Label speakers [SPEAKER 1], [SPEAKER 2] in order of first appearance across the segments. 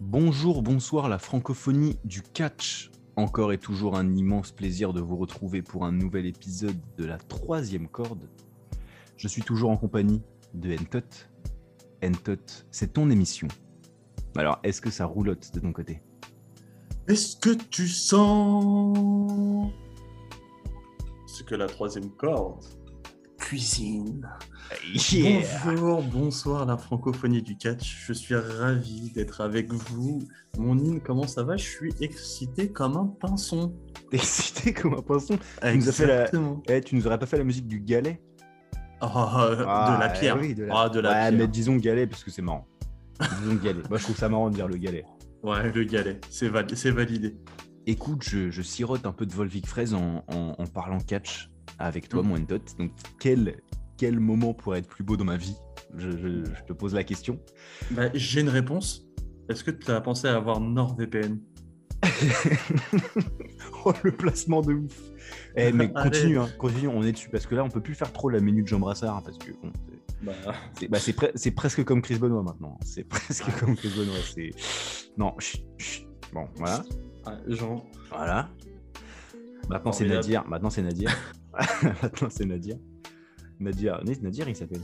[SPEAKER 1] Bonjour, bonsoir la francophonie du catch. Encore et toujours un immense plaisir de vous retrouver pour un nouvel épisode de la troisième corde. Je suis toujours en compagnie de Ntot. Ntot, c'est ton émission. Alors, est-ce que ça roulotte de ton côté
[SPEAKER 2] Est-ce que tu sens ce que la troisième corde Cuisine. Bonjour, bonsoir la francophonie du catch. Je suis ravi d'être avec vous. Mon in, comment ça va Je suis excité comme un pinson.
[SPEAKER 1] T'es excité comme un poisson Tu nous as fait la-
[SPEAKER 2] Exactement.
[SPEAKER 1] Eh, tu nous aurais pas fait la musique du galet
[SPEAKER 2] Ah, euh, de la
[SPEAKER 1] eh
[SPEAKER 2] pierre.
[SPEAKER 1] oui, de la-
[SPEAKER 2] Ah, de la
[SPEAKER 1] Ouais,
[SPEAKER 2] pierre.
[SPEAKER 1] mais disons galet parce que c'est marrant. Disons galet. Moi, je trouve ça marrant de dire le galet.
[SPEAKER 2] Ouais, le galet. C'est val- c'est validé.
[SPEAKER 1] Écoute, je, je sirote un peu de Volvic Fraise en, en- en parlant catch avec toi,
[SPEAKER 2] Mm.
[SPEAKER 1] mon Ntot. Donc, quel, quel moment pourrait être plus beau dans ma vie je, je- je te pose la question.
[SPEAKER 2] Bah, J'ai une réponse. Est-ce que tu as pensé à avoir NordVPN
[SPEAKER 1] oh, le placement de ouf Eh, mais
[SPEAKER 2] Allez.
[SPEAKER 1] continue, hein, continue, on est dessus. Parce que là, on peut plus faire trop la minute Jean Brassard. hein, Parce que bon, c'est-
[SPEAKER 2] Bah,
[SPEAKER 1] C'est bah, c'est pre- c'est presque comme Chris Benoit maintenant. hein. C'est presque comme Chris Benoit. C'est non. chut, chut. Bon, voilà,
[SPEAKER 2] ah, Jean,
[SPEAKER 1] voilà. Maintenant c'est
[SPEAKER 2] Formidable.
[SPEAKER 1] Nadir. Maintenant c'est Nadir. maintenant c'est Nadir. Nadir, Ni- Nadir, il s'appelle.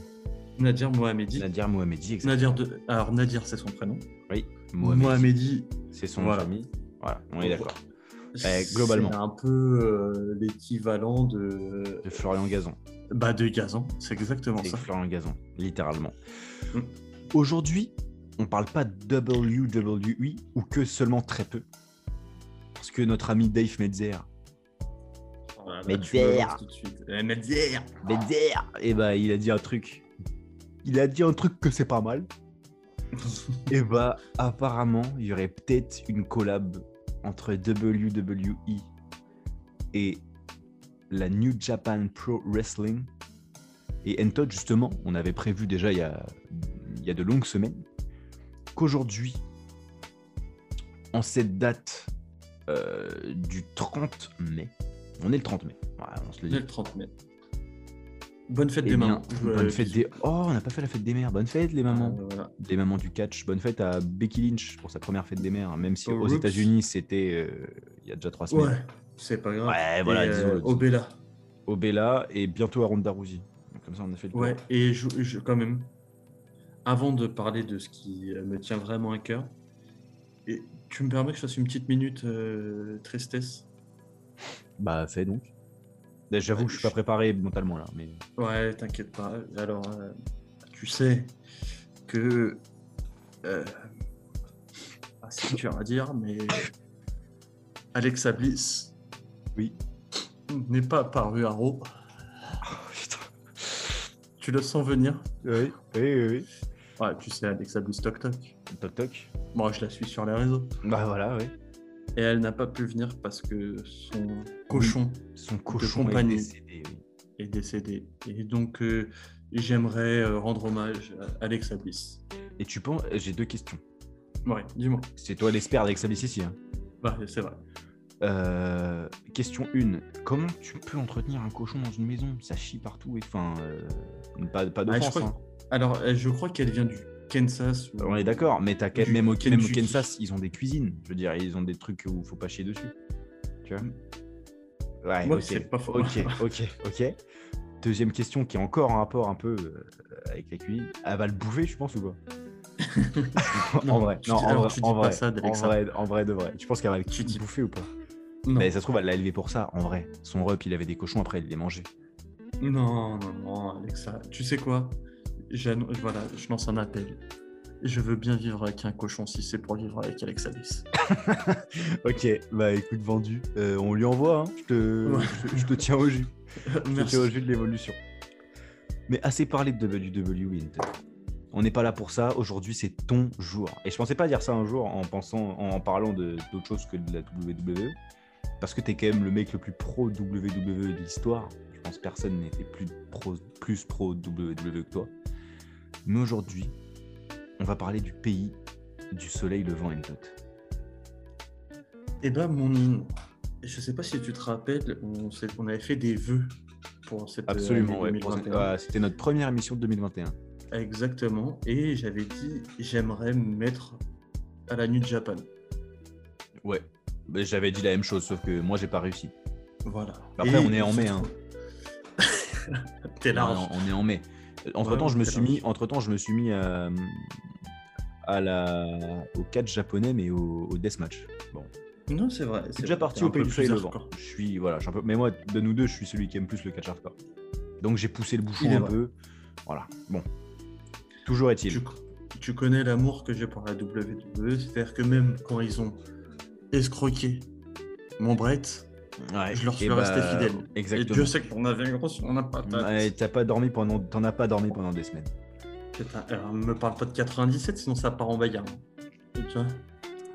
[SPEAKER 2] Nadir Mohamedi.
[SPEAKER 1] Nadir Mohamedi. exact-
[SPEAKER 2] Nadir de... Alors, Nadir, c'est son prénom.
[SPEAKER 1] Oui. Mohamedi.
[SPEAKER 2] Mohamedi,
[SPEAKER 1] C'est son
[SPEAKER 2] Voilà.
[SPEAKER 1] famille. Voilà. On est d'accord.
[SPEAKER 2] c'est
[SPEAKER 1] globalement.
[SPEAKER 2] un peu euh, l'équivalent de...
[SPEAKER 1] De Florian Gazon.
[SPEAKER 2] Bah, de Gazan, c'est exactement
[SPEAKER 1] C'est
[SPEAKER 2] ça.
[SPEAKER 1] Florian Gazon, littéralement.
[SPEAKER 2] Mm.
[SPEAKER 1] Aujourd'hui, on parle pas WWE E ou que seulement très peu, parce que notre ami Dave Metzer
[SPEAKER 2] Oh là là,
[SPEAKER 1] Mais
[SPEAKER 2] tu me
[SPEAKER 1] dire.
[SPEAKER 2] lances tout de suite. Eh, mais dire.
[SPEAKER 1] Benzer Et bah il a dit un truc. Il a dit un truc que c'est pas mal. Et bah apparemment il y aurait peut-être une collab entre WWE et la New Japan Pro Wrestling. Et Entod justement, on avait prévu déjà il y a, il y a de longues semaines qu'aujourd'hui, en cette date euh, du 30 mai, on est le 30 mai, Voilà, on se le
[SPEAKER 2] Dès
[SPEAKER 1] dit.
[SPEAKER 2] le 30 mai. Bonne fête
[SPEAKER 1] Eh
[SPEAKER 2] des
[SPEAKER 1] bien,
[SPEAKER 2] mamans. Je-
[SPEAKER 1] bonne
[SPEAKER 2] euh,
[SPEAKER 1] fête des. Oh, on n'a pas fait la fête des mères. Bonne fête, les mamans.
[SPEAKER 2] euh, voilà.
[SPEAKER 1] Les mamans du catch. Bonne fête à Becky Lynch pour sa première fête des mères, hein, même si
[SPEAKER 2] Oh,
[SPEAKER 1] aux
[SPEAKER 2] oups.
[SPEAKER 1] États-Unis, c'était euh, il y a déjà trois semaines.
[SPEAKER 2] Ouais, c'est pas grave.
[SPEAKER 1] Ouais, voilà,
[SPEAKER 2] Et, euh,
[SPEAKER 1] disons-le.
[SPEAKER 2] Obella.
[SPEAKER 1] Au Bella et bientôt à Ronda Rousey. Donc, Comme ça, on a fait le tour.
[SPEAKER 2] Ouais, et je, je- quand même, avant de parler de ce qui euh, me tient vraiment à cœur, et tu me permets que je fasse une petite minute euh, tristesse
[SPEAKER 1] Bah, fait donc. Là, J'avoue
[SPEAKER 2] Ouais,
[SPEAKER 1] que je suis pas
[SPEAKER 2] je-
[SPEAKER 1] préparé mentalement là, mais
[SPEAKER 2] Ouais, t'inquiète pas. Alors, euh, tu sais que. euh, ah, c'est dur à dire, mais. Alexa Bliss.
[SPEAKER 1] Oui.
[SPEAKER 2] N'est pas paru à Raw. Oh, Tu le sens venir
[SPEAKER 1] oui, oui, oui.
[SPEAKER 2] Ouais, tu sais, Alexa Bliss Toc Toc.
[SPEAKER 1] Toc toc.
[SPEAKER 2] Moi, je la suis sur les réseaux.
[SPEAKER 1] Bah voilà, ouais.
[SPEAKER 2] Et elle n'a pas pu venir parce que son cochon
[SPEAKER 1] Son cochon est
[SPEAKER 2] compagnie.
[SPEAKER 1] décédé. oui.
[SPEAKER 2] est décédé. Et donc, euh, j'aimerais euh, rendre hommage à Alexa Bliss.
[SPEAKER 1] Et tu penses J'ai deux questions.
[SPEAKER 2] Ouais, dis-moi.
[SPEAKER 1] C'est toi l'expert avec Sabis ici. hein.
[SPEAKER 2] Ouais, c'est vrai.
[SPEAKER 1] Euh, question 1. Comment tu peux entretenir un cochon dans une maison Ça chie partout. et- Enfin, euh, pas, pas
[SPEAKER 2] Ah, je
[SPEAKER 1] d'offense.
[SPEAKER 2] crois-
[SPEAKER 1] hein.
[SPEAKER 2] Alors, euh, je crois qu'elle vient du Kansas. ou-
[SPEAKER 1] On est d'accord, mais t'as quand-
[SPEAKER 2] Du
[SPEAKER 1] même, au, même au
[SPEAKER 2] Kentucky.
[SPEAKER 1] Kansas, ils ont des cuisines. Je veux dire, ils ont des trucs où faut pas chier dessus. Tu vois Ouais,
[SPEAKER 2] Moi,
[SPEAKER 1] ok.
[SPEAKER 2] c'est pas faux.
[SPEAKER 1] Ok, ok, ok. Deuxième question qui est encore en rapport un peu euh, avec la cuisine. Elle va le bouffer, je pense, ou quoi En
[SPEAKER 2] Non,
[SPEAKER 1] vrai,
[SPEAKER 2] tu
[SPEAKER 1] non,
[SPEAKER 2] dis-
[SPEAKER 1] en
[SPEAKER 2] alors,
[SPEAKER 1] vrai,
[SPEAKER 2] tu dis
[SPEAKER 1] en
[SPEAKER 2] pas
[SPEAKER 1] vrai,
[SPEAKER 2] ça,
[SPEAKER 1] en
[SPEAKER 2] Alexa.
[SPEAKER 1] vrai, en vrai de vrai. Tu penses qu'elle va le
[SPEAKER 2] Tu dis-
[SPEAKER 1] bouffer ou pas
[SPEAKER 2] Non.
[SPEAKER 1] Mais ça se trouve, elle l'a élevé pour ça, en vrai. Son rep, il avait des cochons, après, il les mangeait.
[SPEAKER 2] non, non, non, Alexa. Tu sais quoi J'annon- Voilà, je lance un appel. Je veux bien vivre avec un cochon si c'est pour vivre avec Alexa Bliss.
[SPEAKER 1] Ok, bah écoute, vendu. Euh, on lui envoie, hein. je, te,
[SPEAKER 2] Ouais.
[SPEAKER 1] je, te- je te tiens au jus. Je te
[SPEAKER 2] Merci.
[SPEAKER 1] tiens au jus de l'évolution. Mais assez parlé de WWE. Intel. On n'est pas là pour ça. Aujourd'hui, c'est ton jour. Et je pensais pas dire ça un jour en pensant, en parlant de- d'autre chose que de la WWE. Parce que t'es quand même le mec le plus pro WWE de l'histoire. Je pense que personne n'était plus pro, plus pro WWE que toi. Mais aujourd'hui, on va parler du pays du soleil levant Intot.
[SPEAKER 2] Eh ben, mon Nine, je sais pas si tu te rappelles, on, s'est- on avait fait des vœux pour cette euh,
[SPEAKER 1] Absolument, ouais.
[SPEAKER 2] année
[SPEAKER 1] Pour-
[SPEAKER 2] 2021.
[SPEAKER 1] euh, C'était notre première émission de 2021.
[SPEAKER 2] Exactement. Et j'avais dit, j'aimerais mettre à la New Japan.
[SPEAKER 1] Ouais. Mais Bah, J'avais dit la même chose, sauf que moi, j'ai pas réussi.
[SPEAKER 2] Voilà.
[SPEAKER 1] Après, on est en mai, hein.
[SPEAKER 2] T'es large.
[SPEAKER 1] Non, on est en mai. Entre temps,
[SPEAKER 2] Ouais,
[SPEAKER 1] je me
[SPEAKER 2] c'est
[SPEAKER 1] suis
[SPEAKER 2] large.
[SPEAKER 1] mis, entre temps, je me suis mis à, à la, au catch japonais, mais au, au deathmatch. Bon,
[SPEAKER 2] Non, c'est vrai.
[SPEAKER 1] c'est déjà parti au pays du soleil levant. Je suis, voilà, je suis un peu, mais moi, de nous deux, je suis celui qui aime plus le catch hardcore. Donc j'ai poussé le bouchon
[SPEAKER 2] Il est
[SPEAKER 1] un
[SPEAKER 2] vrai.
[SPEAKER 1] peu. Voilà. Bon. Toujours est-il.
[SPEAKER 2] Tu, tu connais l'amour que j'ai pour la WWE, c'est-à-dire que même quand ils ont escroqué mon Brett,
[SPEAKER 1] Ouais,
[SPEAKER 2] je leur suis
[SPEAKER 1] et bah,
[SPEAKER 2] resté fidèle. Et
[SPEAKER 1] Exactement.
[SPEAKER 2] Dieu sait que t'en avais une grosse sur la patate.
[SPEAKER 1] Ouais, t'as pas dormi pendant, t'en as pas dormi pendant des semaines.
[SPEAKER 2] Putain, euh, me parle pas de 97, sinon ça part en bagarre. Tu vois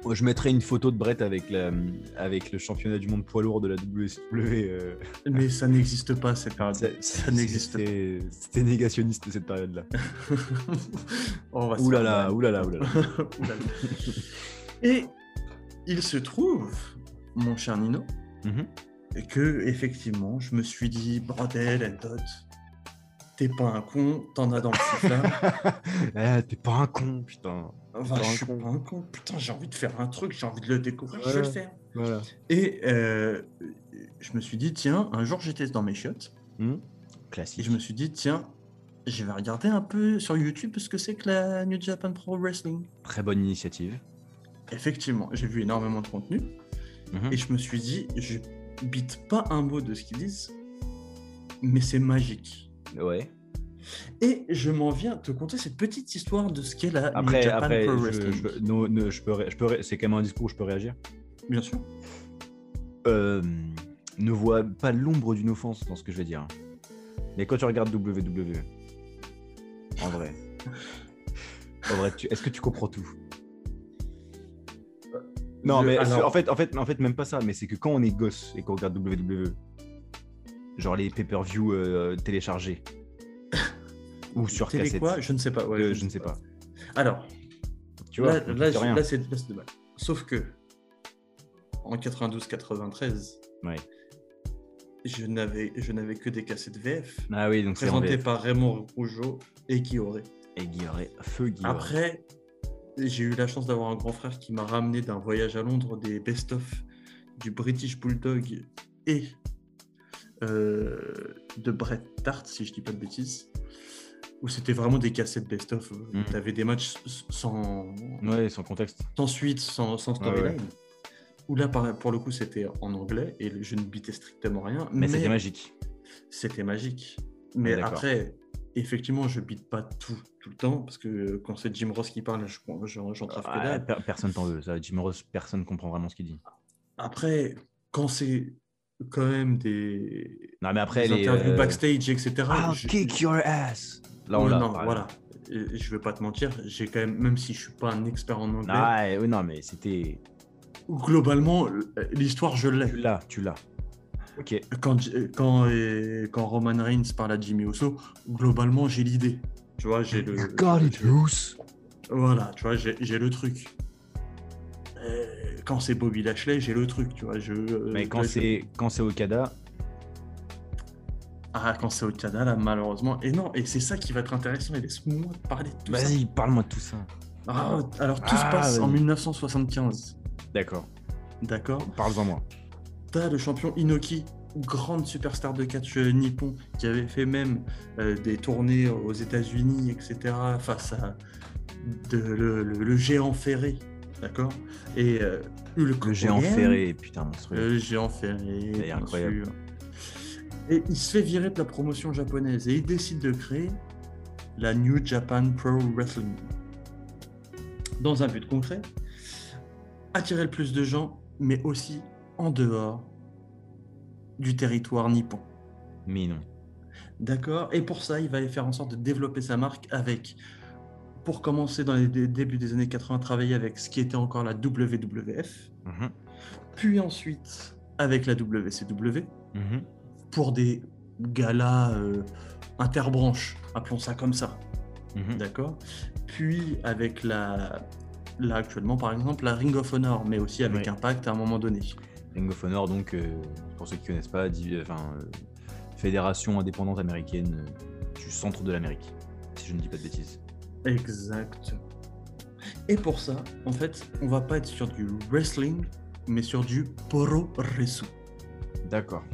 [SPEAKER 1] Oh, Je mettrai une photo de Brett avec, la, avec le championnat du monde poids lourd de la WSW. euh,
[SPEAKER 2] Mais ça n'existe pas cette période.
[SPEAKER 1] Ça,
[SPEAKER 2] ça n'existe pas.
[SPEAKER 1] c'était- C'était négationniste cette période-là.
[SPEAKER 2] On va se
[SPEAKER 1] Ouh là
[SPEAKER 2] faire
[SPEAKER 1] là,
[SPEAKER 2] mal.
[SPEAKER 1] ouh là là, ouh là là.
[SPEAKER 2] Ouh là là. Et il se trouve, mon cher Nino,
[SPEAKER 1] Mhm.
[SPEAKER 2] que effectivement, je me suis dit, bordel, Antot, t'es pas un con, t'en as dans le sifflard.
[SPEAKER 1] Eh, t'es pas un con, putain.
[SPEAKER 2] Enfin,
[SPEAKER 1] Pas un
[SPEAKER 2] je suis
[SPEAKER 1] con.
[SPEAKER 2] pas un con. Putain, j'ai envie de faire un truc, j'ai envie de le découvrir, je vais
[SPEAKER 1] Ouais.
[SPEAKER 2] le faire.
[SPEAKER 1] Voilà.
[SPEAKER 2] Et euh, je me suis dit, tiens, un jour j'étais dans mes chiottes, et
[SPEAKER 1] Hmm? Classique.
[SPEAKER 2] je me suis dit, tiens, je vais regarder un peu sur YouTube ce que c'est que la New Japan Pro Wrestling.
[SPEAKER 1] Très bonne initiative.
[SPEAKER 2] Effectivement, j'ai vu énormément de contenu,
[SPEAKER 1] Mhm.
[SPEAKER 2] et je me suis dit, je bite pas un mot de ce qu'ils disent, mais c'est magique.
[SPEAKER 1] Ouais.
[SPEAKER 2] Et je m'en viens te conter cette petite histoire de ce qu'est la New
[SPEAKER 1] Après,
[SPEAKER 2] Japan
[SPEAKER 1] après,
[SPEAKER 2] Pro
[SPEAKER 1] je,
[SPEAKER 2] Wrestling.
[SPEAKER 1] je peux- non, non, je peux, ré- je peux ré- c'est quand même un discours, je peux réagir.
[SPEAKER 2] Bien sûr.
[SPEAKER 1] Euh, ne vois pas l'ombre d'une offense dans ce que je vais dire. Mais quand tu regardes WWE, en vrai, en vrai, tu- est-ce que tu comprends tout Non,
[SPEAKER 2] Euh, Je- ah
[SPEAKER 1] mais
[SPEAKER 2] alors-
[SPEAKER 1] c'est- en fait, en fait, en fait, même pas ça. Mais c'est que quand on est gosse et qu'on regarde WWE, genre les pay-per-view euh, téléchargés ou sur
[SPEAKER 2] Télé
[SPEAKER 1] cassette,
[SPEAKER 2] quoi Je ne sais pas. ouais,
[SPEAKER 1] euh, je ne sais pas.
[SPEAKER 2] Alors,
[SPEAKER 1] Tu vois,
[SPEAKER 2] là,
[SPEAKER 1] on
[SPEAKER 2] là,
[SPEAKER 1] fait
[SPEAKER 2] je-
[SPEAKER 1] rien.
[SPEAKER 2] là, c'est là, c'est de mal. Sauf que, en 92-93,
[SPEAKER 1] Ouais.
[SPEAKER 2] je n'avais je n'avais que des cassettes VF
[SPEAKER 1] Ah oui, donc c'est en
[SPEAKER 2] présentées
[SPEAKER 1] VF.
[SPEAKER 2] par Raymond Rougeau et Guillaume.
[SPEAKER 1] Et Guilleret, feu Guilleret.
[SPEAKER 2] Après, j'ai eu la chance d'avoir un grand frère qui m'a ramené d'un voyage à Londres des best-of du British Bulldog et euh, de Bret Hart, si je dis pas de bêtises. Où c'était vraiment des cassettes best-of.
[SPEAKER 1] Mhm.
[SPEAKER 2] Tu avais des matchs s- sans,
[SPEAKER 1] Ouais, sans contexte.
[SPEAKER 2] sans suite, sans, sans
[SPEAKER 1] Ouais, ouais.
[SPEAKER 2] storyline. Où là, par- pour le coup, c'était en anglais et je ne bitais strictement rien.
[SPEAKER 1] Mais, c'était magique.
[SPEAKER 2] C'était magique. Mais
[SPEAKER 1] Ah, d'accord.
[SPEAKER 2] après, effectivement, je bite pas tout, tout le temps, parce que quand c'est Jim Ross qui parle, je- je- j'en trave que
[SPEAKER 1] Ah,
[SPEAKER 2] dalle.
[SPEAKER 1] per- personne t'en veut. Ça, Jim Ross, personne comprend vraiment ce qu'il dit.
[SPEAKER 2] Après, quand c'est quand même des,
[SPEAKER 1] Non, mais après
[SPEAKER 2] des
[SPEAKER 1] les
[SPEAKER 2] interviews
[SPEAKER 1] euh,
[SPEAKER 2] backstage, etc.
[SPEAKER 1] I'll
[SPEAKER 2] je-
[SPEAKER 1] kick your ass. Là, on
[SPEAKER 2] Oui,
[SPEAKER 1] l'a.
[SPEAKER 2] non,
[SPEAKER 1] par
[SPEAKER 2] voilà.
[SPEAKER 1] exemple.
[SPEAKER 2] Et Je vais pas te mentir, j'ai quand même, même si je suis pas un expert en anglais,
[SPEAKER 1] Ah, ouais, non, mais c'était.
[SPEAKER 2] globalement, l'histoire, je l'ai.
[SPEAKER 1] Tu l'as, tu l'as. Ok.
[SPEAKER 2] quand, J- quand, euh, quand Roman Reigns parle à Jimmy Uso, globalement, j'ai l'idée. Tu vois, j'ai le. j'ai- Voilà, tu vois, j'ai j'ai le truc. Euh, Quand c'est Bobby Lashley, j'ai le truc, tu vois. Je, euh,
[SPEAKER 1] Mais quand
[SPEAKER 2] je-
[SPEAKER 1] c'est quand c'est Okada,
[SPEAKER 2] Ah, quand c'est Okada, là, malheureusement. Et non, et c'est ça qui va être intéressant, et laisse-moi te parler de tout ça.
[SPEAKER 1] vas-y, parle-moi de tout ça.
[SPEAKER 2] Ah, alors, tout
[SPEAKER 1] Ah,
[SPEAKER 2] se passe en
[SPEAKER 1] vas-y.
[SPEAKER 2] 1975,
[SPEAKER 1] D'accord.
[SPEAKER 2] d'accord
[SPEAKER 1] Parle-en moi.
[SPEAKER 2] T'as le champion Inoki, grande superstar de catch euh, nippon, qui avait fait même euh, des tournées aux États-Unis, etc., face à de- le, le- le géant ferré, d'accord Et euh, Hulk
[SPEAKER 1] Le géant
[SPEAKER 2] Hogan,
[SPEAKER 1] ferré, putain, monstrueux.
[SPEAKER 2] Le géant ferré,
[SPEAKER 1] C'est
[SPEAKER 2] bien
[SPEAKER 1] incroyable.
[SPEAKER 2] sûr. Et il se fait virer de la promotion japonaise et il décide de créer la New Japan Pro Wrestling. Dans un but concret, attirer le plus de gens, mais aussi en dehors du territoire nippon.
[SPEAKER 1] Mais non.
[SPEAKER 2] D'accord Et pour ça, il va faire en sorte de développer sa marque avec, pour commencer dans les dé- débuts des années 80, travailler avec ce qui était encore la WWF,
[SPEAKER 1] Mhm,
[SPEAKER 2] puis ensuite avec la WCW
[SPEAKER 1] mhm.
[SPEAKER 2] pour des galas euh, interbranches, appelons ça comme ça,
[SPEAKER 1] Mhm.
[SPEAKER 2] d'accord Puis avec la, là actuellement par exemple la Ring of Honor, mais aussi avec
[SPEAKER 1] Ouais.
[SPEAKER 2] Impact à un moment donné.
[SPEAKER 1] Ring of Honor, donc, euh, pour ceux qui connaissent pas, div- enfin, euh, fédération indépendante américaine euh, du centre de l'Amérique, si je ne dis pas de bêtises.
[SPEAKER 2] Exact. Et pour ça, en fait, on va pas être sur du wrestling, mais sur du pororesu,
[SPEAKER 1] D'accord.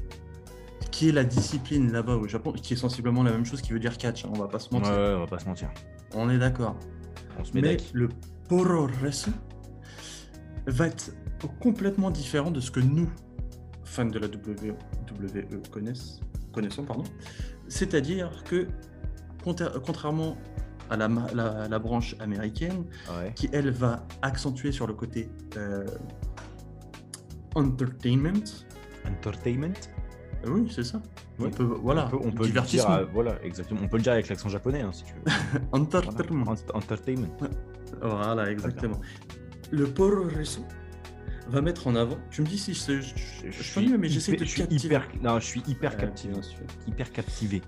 [SPEAKER 2] qui est la discipline là-bas au Japon, qui est sensiblement la même chose qui veut dire catch, hein, on va pas se
[SPEAKER 1] Ouais,
[SPEAKER 2] mentir.
[SPEAKER 1] ouais, on va pas se mentir.
[SPEAKER 2] On est d'accord.
[SPEAKER 1] On se met
[SPEAKER 2] Mais
[SPEAKER 1] d'accord.
[SPEAKER 2] le pororesu va être complètement différent de ce que nous, fans de la W- WWE, connaissent- connaissons. pardon. C'est-à-dire que, contra- contrairement à la, ma- la- la branche américaine,
[SPEAKER 1] Ah Ouais.
[SPEAKER 2] qui elle va accentuer sur le côté euh, entertainment,
[SPEAKER 1] Entertainment.
[SPEAKER 2] Euh, oui, c'est ça.
[SPEAKER 1] Oui.
[SPEAKER 2] On peut, voilà,
[SPEAKER 1] on peut, on peut le dire,
[SPEAKER 2] divertissement. Ah,
[SPEAKER 1] euh, voilà, exactement. On peut le dire avec l'accent japonais, hein, si tu veux.
[SPEAKER 2] Entertainment.
[SPEAKER 1] Voilà. Ent- Entertainment.
[SPEAKER 2] Voilà, exactement. Le pororesu va mettre en avant. Tu me dis si je, je- je- je suis nul, mais j'essaie de te
[SPEAKER 1] hyper- je suis
[SPEAKER 2] captiver.
[SPEAKER 1] hyper, non, je suis hyper
[SPEAKER 2] Euh,
[SPEAKER 1] captivé, hein,
[SPEAKER 2] bien sûr.
[SPEAKER 1] hyper captivé.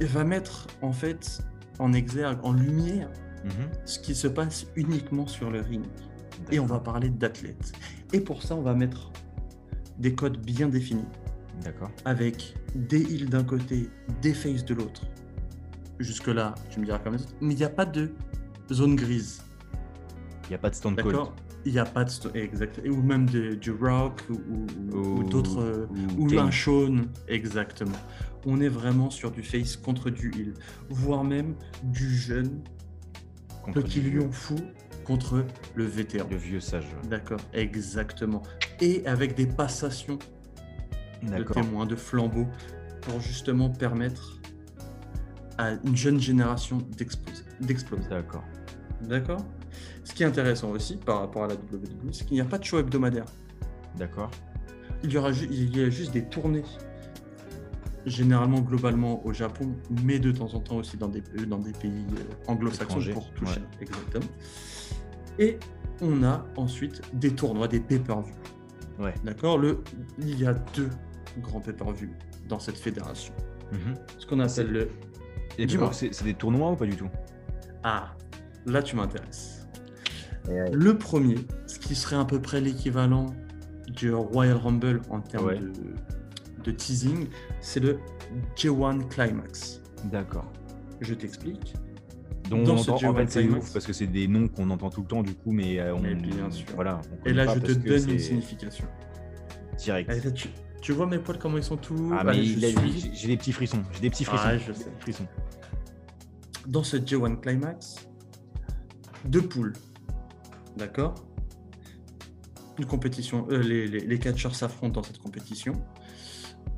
[SPEAKER 2] Et va mettre en fait en exergue, en lumière,
[SPEAKER 1] Mhm.
[SPEAKER 2] ce qui se passe uniquement sur le ring. Et on va parler d'athlètes. Et pour ça, on va mettre des codes bien définis,
[SPEAKER 1] D'accord.
[SPEAKER 2] avec des heels d'un côté, des faces de l'autre. Jusque-là, tu me diras comme les autres. Mais il n'y a pas de zone grise.
[SPEAKER 1] Il y a pas de stand call.
[SPEAKER 2] D'accord Il n'y a pas de. sto- Exact. Ou même de- du rock ou, ou- ou d'autres. euh, Ou
[SPEAKER 1] Kane.
[SPEAKER 2] un Shawn, exactement. On est vraiment sur du face contre du heel, voire même du jeune
[SPEAKER 1] Contre
[SPEAKER 2] petit
[SPEAKER 1] du-
[SPEAKER 2] lion fou contre le vétéran.
[SPEAKER 1] Le vieux sage.
[SPEAKER 2] D'accord, exactement. Et avec des passations de
[SPEAKER 1] D'accord.
[SPEAKER 2] témoins, de flambeaux, pour justement permettre à une jeune génération d'exploser. d'exploser.
[SPEAKER 1] D'accord.
[SPEAKER 2] D'accord Ce qui est intéressant aussi par rapport à la WWE, c'est qu'il n'y a pas de show hebdomadaire.
[SPEAKER 1] D'accord.
[SPEAKER 2] Il y, aura ju- il y a juste des tournées, généralement globalement au Japon, mais de temps en temps aussi dans des, dans des pays euh, anglo-saxons
[SPEAKER 1] Étrangers,
[SPEAKER 2] pour toucher. Exactement. Et on a ensuite des tournois, des pay-per-view.
[SPEAKER 1] Ouais.
[SPEAKER 2] D'accord Le- Il y a deux grands pay-per-view dans cette fédération.
[SPEAKER 1] Mhm.
[SPEAKER 2] Ce qu'on appelle le.
[SPEAKER 1] Et
[SPEAKER 2] Dis-moi.
[SPEAKER 1] donc, c'est c'est des tournois ou pas du tout
[SPEAKER 2] Ah, là tu m'intéresses. Le premier, ce qui serait à peu près l'équivalent du Royal Rumble en termes
[SPEAKER 1] Ouais.
[SPEAKER 2] de, de teasing, c'est le J1 Climax.
[SPEAKER 1] D'accord.
[SPEAKER 2] Je t'explique.
[SPEAKER 1] Donc
[SPEAKER 2] Dans
[SPEAKER 1] on
[SPEAKER 2] ce
[SPEAKER 1] entend, en
[SPEAKER 2] Joe
[SPEAKER 1] fait c'est
[SPEAKER 2] Climax.
[SPEAKER 1] ouf parce que c'est des noms qu'on entend tout le temps du coup mais euh, on
[SPEAKER 2] Mais bien sûr.
[SPEAKER 1] voilà. on
[SPEAKER 2] Et
[SPEAKER 1] connaît
[SPEAKER 2] là,
[SPEAKER 1] pas
[SPEAKER 2] je te
[SPEAKER 1] parce que
[SPEAKER 2] donne
[SPEAKER 1] c'est
[SPEAKER 2] une signification.
[SPEAKER 1] direct.
[SPEAKER 2] Allez, là, tu, tu vois mes poils comment ils sont tous.
[SPEAKER 1] Ah mais
[SPEAKER 2] Allez, je
[SPEAKER 1] il a-
[SPEAKER 2] suis.
[SPEAKER 1] j'ai j'ai des petits frissons, j'ai des petits frissons.
[SPEAKER 2] Ah, je sais.
[SPEAKER 1] Frissons.
[SPEAKER 2] Dans ce J1 Climax, deux poules. D'accord Une compétition. euh, les, les, les catcheurs s'affrontent dans cette compétition.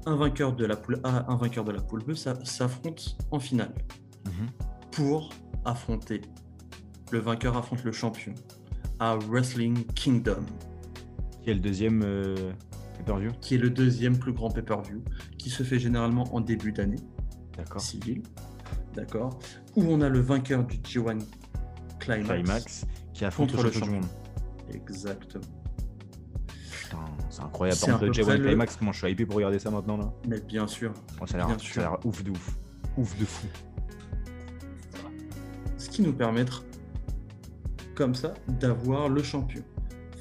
[SPEAKER 2] Un vainqueur de la poule A, un vainqueur de la poule B s'a- s'affrontent en finale.
[SPEAKER 1] Mhm.
[SPEAKER 2] pour affronter. Le vainqueur affronte le champion à Wrestling Kingdom,
[SPEAKER 1] Qui est le deuxième euh, pay-per-view
[SPEAKER 2] qui est le deuxième plus grand pay-per-view, qui se fait généralement en début d'année
[SPEAKER 1] D'accord.
[SPEAKER 2] civile. D'accord Où on a le vainqueur du G1 Climax.
[SPEAKER 1] Climax qui affronte
[SPEAKER 2] Contre
[SPEAKER 1] le
[SPEAKER 2] le
[SPEAKER 1] champion du monde.
[SPEAKER 2] Exactement.
[SPEAKER 1] Putain, c'est incroyable.
[SPEAKER 2] C'est
[SPEAKER 1] Par
[SPEAKER 2] à
[SPEAKER 1] contre,
[SPEAKER 2] peu
[SPEAKER 1] J1
[SPEAKER 2] près le-
[SPEAKER 1] Climax, comment je suis hypé pour regarder ça maintenant là
[SPEAKER 2] Mais bien sûr,
[SPEAKER 1] Oh, Ça a
[SPEAKER 2] Bien
[SPEAKER 1] l'air
[SPEAKER 2] sûr.
[SPEAKER 1] ça a l'air ouf de ouf. Ouf de fou.
[SPEAKER 2] ce qui nous permettra, comme ça, d'avoir le champion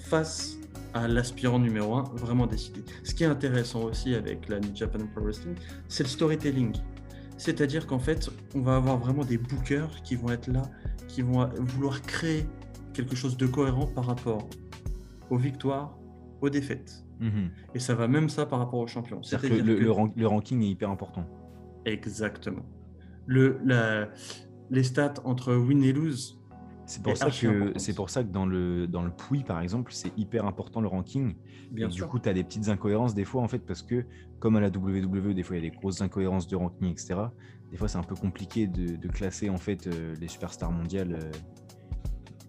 [SPEAKER 2] face à l'aspirant numéro 1 vraiment décidé. Ce qui est intéressant aussi avec la New Japan Pro Wrestling, c'est le storytelling. C'est-à-dire qu'en fait, on va avoir vraiment des bookers qui vont être là, qui vont vouloir créer quelque chose de cohérent par rapport aux victoires, aux défaites.
[SPEAKER 1] Mhm.
[SPEAKER 2] Et ça va même ça par rapport aux champions.
[SPEAKER 1] C'est-à-dire que, le, le rank- le ranking est hyper important.
[SPEAKER 2] Exactement. Le, la- les stats entre win et lose,
[SPEAKER 1] C'est
[SPEAKER 2] est
[SPEAKER 1] pour, ça
[SPEAKER 2] archi
[SPEAKER 1] que,
[SPEAKER 2] importante.
[SPEAKER 1] c'est pour ça que dans le, dans le Pouy, par exemple, c'est hyper important le ranking.
[SPEAKER 2] bien
[SPEAKER 1] et
[SPEAKER 2] sûr.
[SPEAKER 1] du coup, tu as des petites incohérences des fois, en fait, parce que, comme à la WWE, des fois, il y a des grosses incohérences de ranking, etc. Des fois, c'est un peu compliqué de, de classer, en fait, euh, les superstars mondiales euh,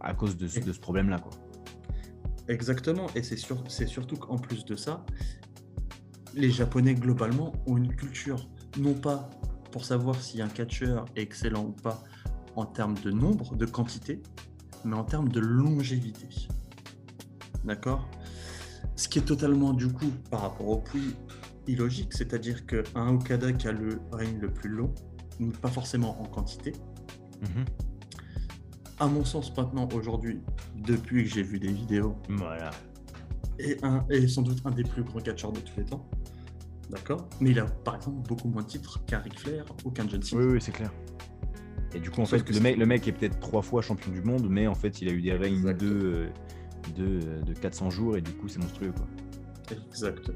[SPEAKER 1] à cause de, ce- de ce problème-là, quoi.
[SPEAKER 2] Exactement, et c'est sur- c'est surtout qu'en plus de ça, les Japonais globalement ont une culture, non pas pour savoir si un catcheur est excellent ou pas en termes de nombre, de quantité, mais en termes de longévité. D'accord Ce qui est totalement du coup par rapport au Puy illogique, c'est-à-dire qu'un Okada qui a le règne le plus long, mais pas forcément en quantité, Mhm. à mon sens maintenant aujourd'hui, depuis que j'ai vu des vidéos
[SPEAKER 1] Voilà.
[SPEAKER 2] et, un, et sans doute un des plus grands catcheurs de tous les temps. D'accord Mais il a par exemple beaucoup moins de titres qu'un Ric Flair ou qu'un John Cena.
[SPEAKER 1] Oui, oui, c'est clair. Et du coup, en
[SPEAKER 2] Sauf
[SPEAKER 1] fait,
[SPEAKER 2] que
[SPEAKER 1] le
[SPEAKER 2] c'est-
[SPEAKER 1] mec, le mec est peut-être trois fois champion du monde, mais en fait, il a eu des règnes de,
[SPEAKER 2] Exact.
[SPEAKER 1] euh, de, euh, de 400 jours et du coup, c'est monstrueux. Quoi.
[SPEAKER 2] Exact.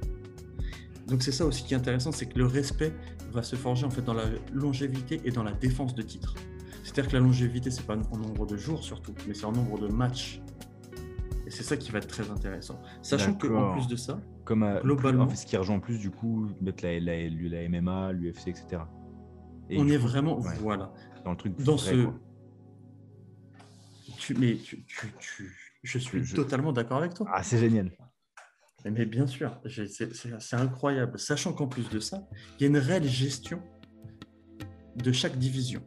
[SPEAKER 2] Donc c'est ça aussi qui est intéressant, c'est que le respect va se forger en fait dans la longévité et dans la défense de titres. C'est-à-dire que la longévité, c'est pas en nombre de jours surtout, mais c'est en nombre de matchs. Et c'est ça qui va être très intéressant. Sachant que en
[SPEAKER 1] D'accord.
[SPEAKER 2] plus de ça,
[SPEAKER 1] Comme à-
[SPEAKER 2] Globalement.
[SPEAKER 1] en fait, ce qui rejoint en plus, du coup, mettre la, la, la MMA, l'UFC, etc. Et
[SPEAKER 2] on
[SPEAKER 1] du
[SPEAKER 2] est
[SPEAKER 1] coup,
[SPEAKER 2] vraiment
[SPEAKER 1] ouais,
[SPEAKER 2] voilà
[SPEAKER 1] dans le truc.
[SPEAKER 2] dans
[SPEAKER 1] vrai,
[SPEAKER 2] ce.
[SPEAKER 1] quoi.
[SPEAKER 2] Tu, mais tu, tu- tu- je suis
[SPEAKER 1] Je-
[SPEAKER 2] totalement d'accord avec toi.
[SPEAKER 1] Ah, c'est génial.
[SPEAKER 2] Mais- Mais bien sûr, j'ai- c'est c'est- c'est incroyable. Sachant qu'en plus de ça, il y a une réelle gestion de chaque division.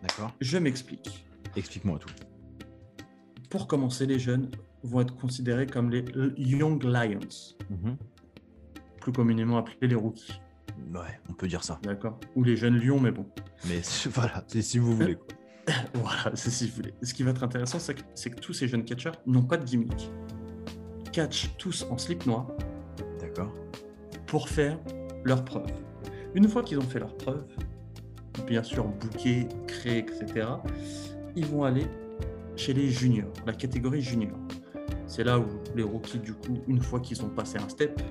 [SPEAKER 1] D'accord.
[SPEAKER 2] Je m'explique.
[SPEAKER 1] Explique-moi tout.
[SPEAKER 2] Pour commencer, les jeunes vont être considérés comme les Young Lions,
[SPEAKER 1] Mhm.
[SPEAKER 2] plus communément appelés les rookies,
[SPEAKER 1] Ouais, on peut dire ça.
[SPEAKER 2] d'accord Ou les jeunes lions, mais bon.
[SPEAKER 1] Mais c'est- voilà, c'est si vous voulez. quoi.
[SPEAKER 2] Voilà, c'est si vous voulez. Ce qui va être intéressant, c'est que, c'est que tous ces jeunes catcheurs n'ont pas de gimmick. Catchent tous en slip noir
[SPEAKER 1] D'accord.
[SPEAKER 2] pour faire leurs preuves. Une fois qu'ils ont fait leurs preuves, bien sûr bouqués, créés, etc., ils vont aller chez les juniors, la catégorie junior. C'est là où les rookies, du coup, une fois qu'ils ont passé un step,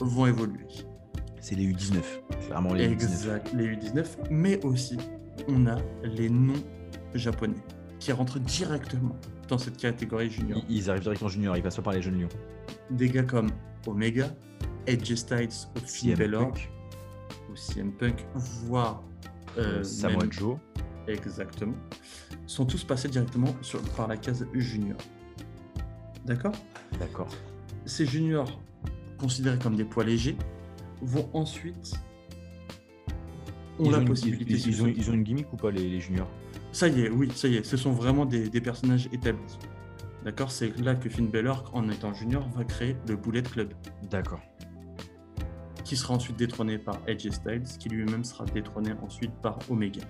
[SPEAKER 2] vont évoluer.
[SPEAKER 1] C'est les U19. Clairement, les U19.
[SPEAKER 2] Exact, les U19, mais aussi on a les non-japonais qui rentrent directement dans cette catégorie junior.
[SPEAKER 1] Ils- Ils arrivent directement junior, ils passent pas par les jeunes lions.
[SPEAKER 2] Des gars comme Omega, Edge Styles, Finn
[SPEAKER 1] CM
[SPEAKER 2] Balor,
[SPEAKER 1] Punk,
[SPEAKER 2] ou CM Punk, voire
[SPEAKER 1] euh,
[SPEAKER 2] euh,
[SPEAKER 1] Samoa
[SPEAKER 2] même-
[SPEAKER 1] Joe.
[SPEAKER 2] Exactement. Sont tous passés directement sur, par la case junior. D'accord
[SPEAKER 1] D'accord.
[SPEAKER 2] Ces juniors, considérés comme des poids légers, vont ensuite. ont
[SPEAKER 1] Ils
[SPEAKER 2] la
[SPEAKER 1] une-
[SPEAKER 2] possibilité.
[SPEAKER 1] Ils,
[SPEAKER 2] s'ils
[SPEAKER 1] ils ont,
[SPEAKER 2] le
[SPEAKER 1] ils ont une gimmick ou pas, les, les juniors
[SPEAKER 2] Ça y est, oui, ça y est, ce sont vraiment des, des personnages établis. D'accord C'est là que Finn Balor, en étant junior, va créer le Bullet Club,
[SPEAKER 1] D'accord.
[SPEAKER 2] qui sera ensuite détrôné par Edge Styles, qui lui-même sera détrôné ensuite par Omega.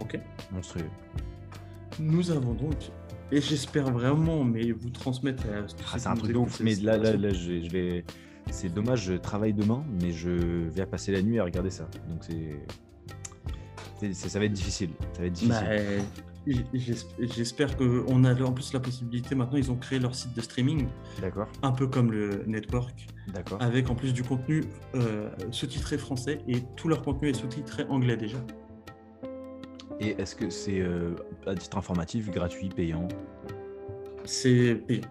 [SPEAKER 2] Ok
[SPEAKER 1] Monstrueux.
[SPEAKER 2] Nous avons donc, et j'espère vraiment, mais vous transmettre à tous
[SPEAKER 1] Ah,
[SPEAKER 2] ceux
[SPEAKER 1] c'est
[SPEAKER 2] qui
[SPEAKER 1] un
[SPEAKER 2] nous
[SPEAKER 1] truc de
[SPEAKER 2] écoutent
[SPEAKER 1] ouf.
[SPEAKER 2] cette
[SPEAKER 1] Mais là, là,
[SPEAKER 2] situation.
[SPEAKER 1] là, je, je vais. C'est dommage, je travaille demain, mais je vais passer la nuit à regarder ça. Donc c'est. c'est- c'est- Ça va être difficile. Ça va être difficile.
[SPEAKER 2] Bah, euh, j- j'esp- J'espère qu'on a en plus la possibilité, maintenant ils ont créé leur site de streaming,
[SPEAKER 1] D'accord.
[SPEAKER 2] un peu comme le network,
[SPEAKER 1] D'accord.
[SPEAKER 2] avec en plus du contenu euh, sous-titré français et tout leur contenu est sous-titré anglais déjà.
[SPEAKER 1] Et est-ce que c'est euh, à titre informatif, gratuit, payant
[SPEAKER 2] C'est payant.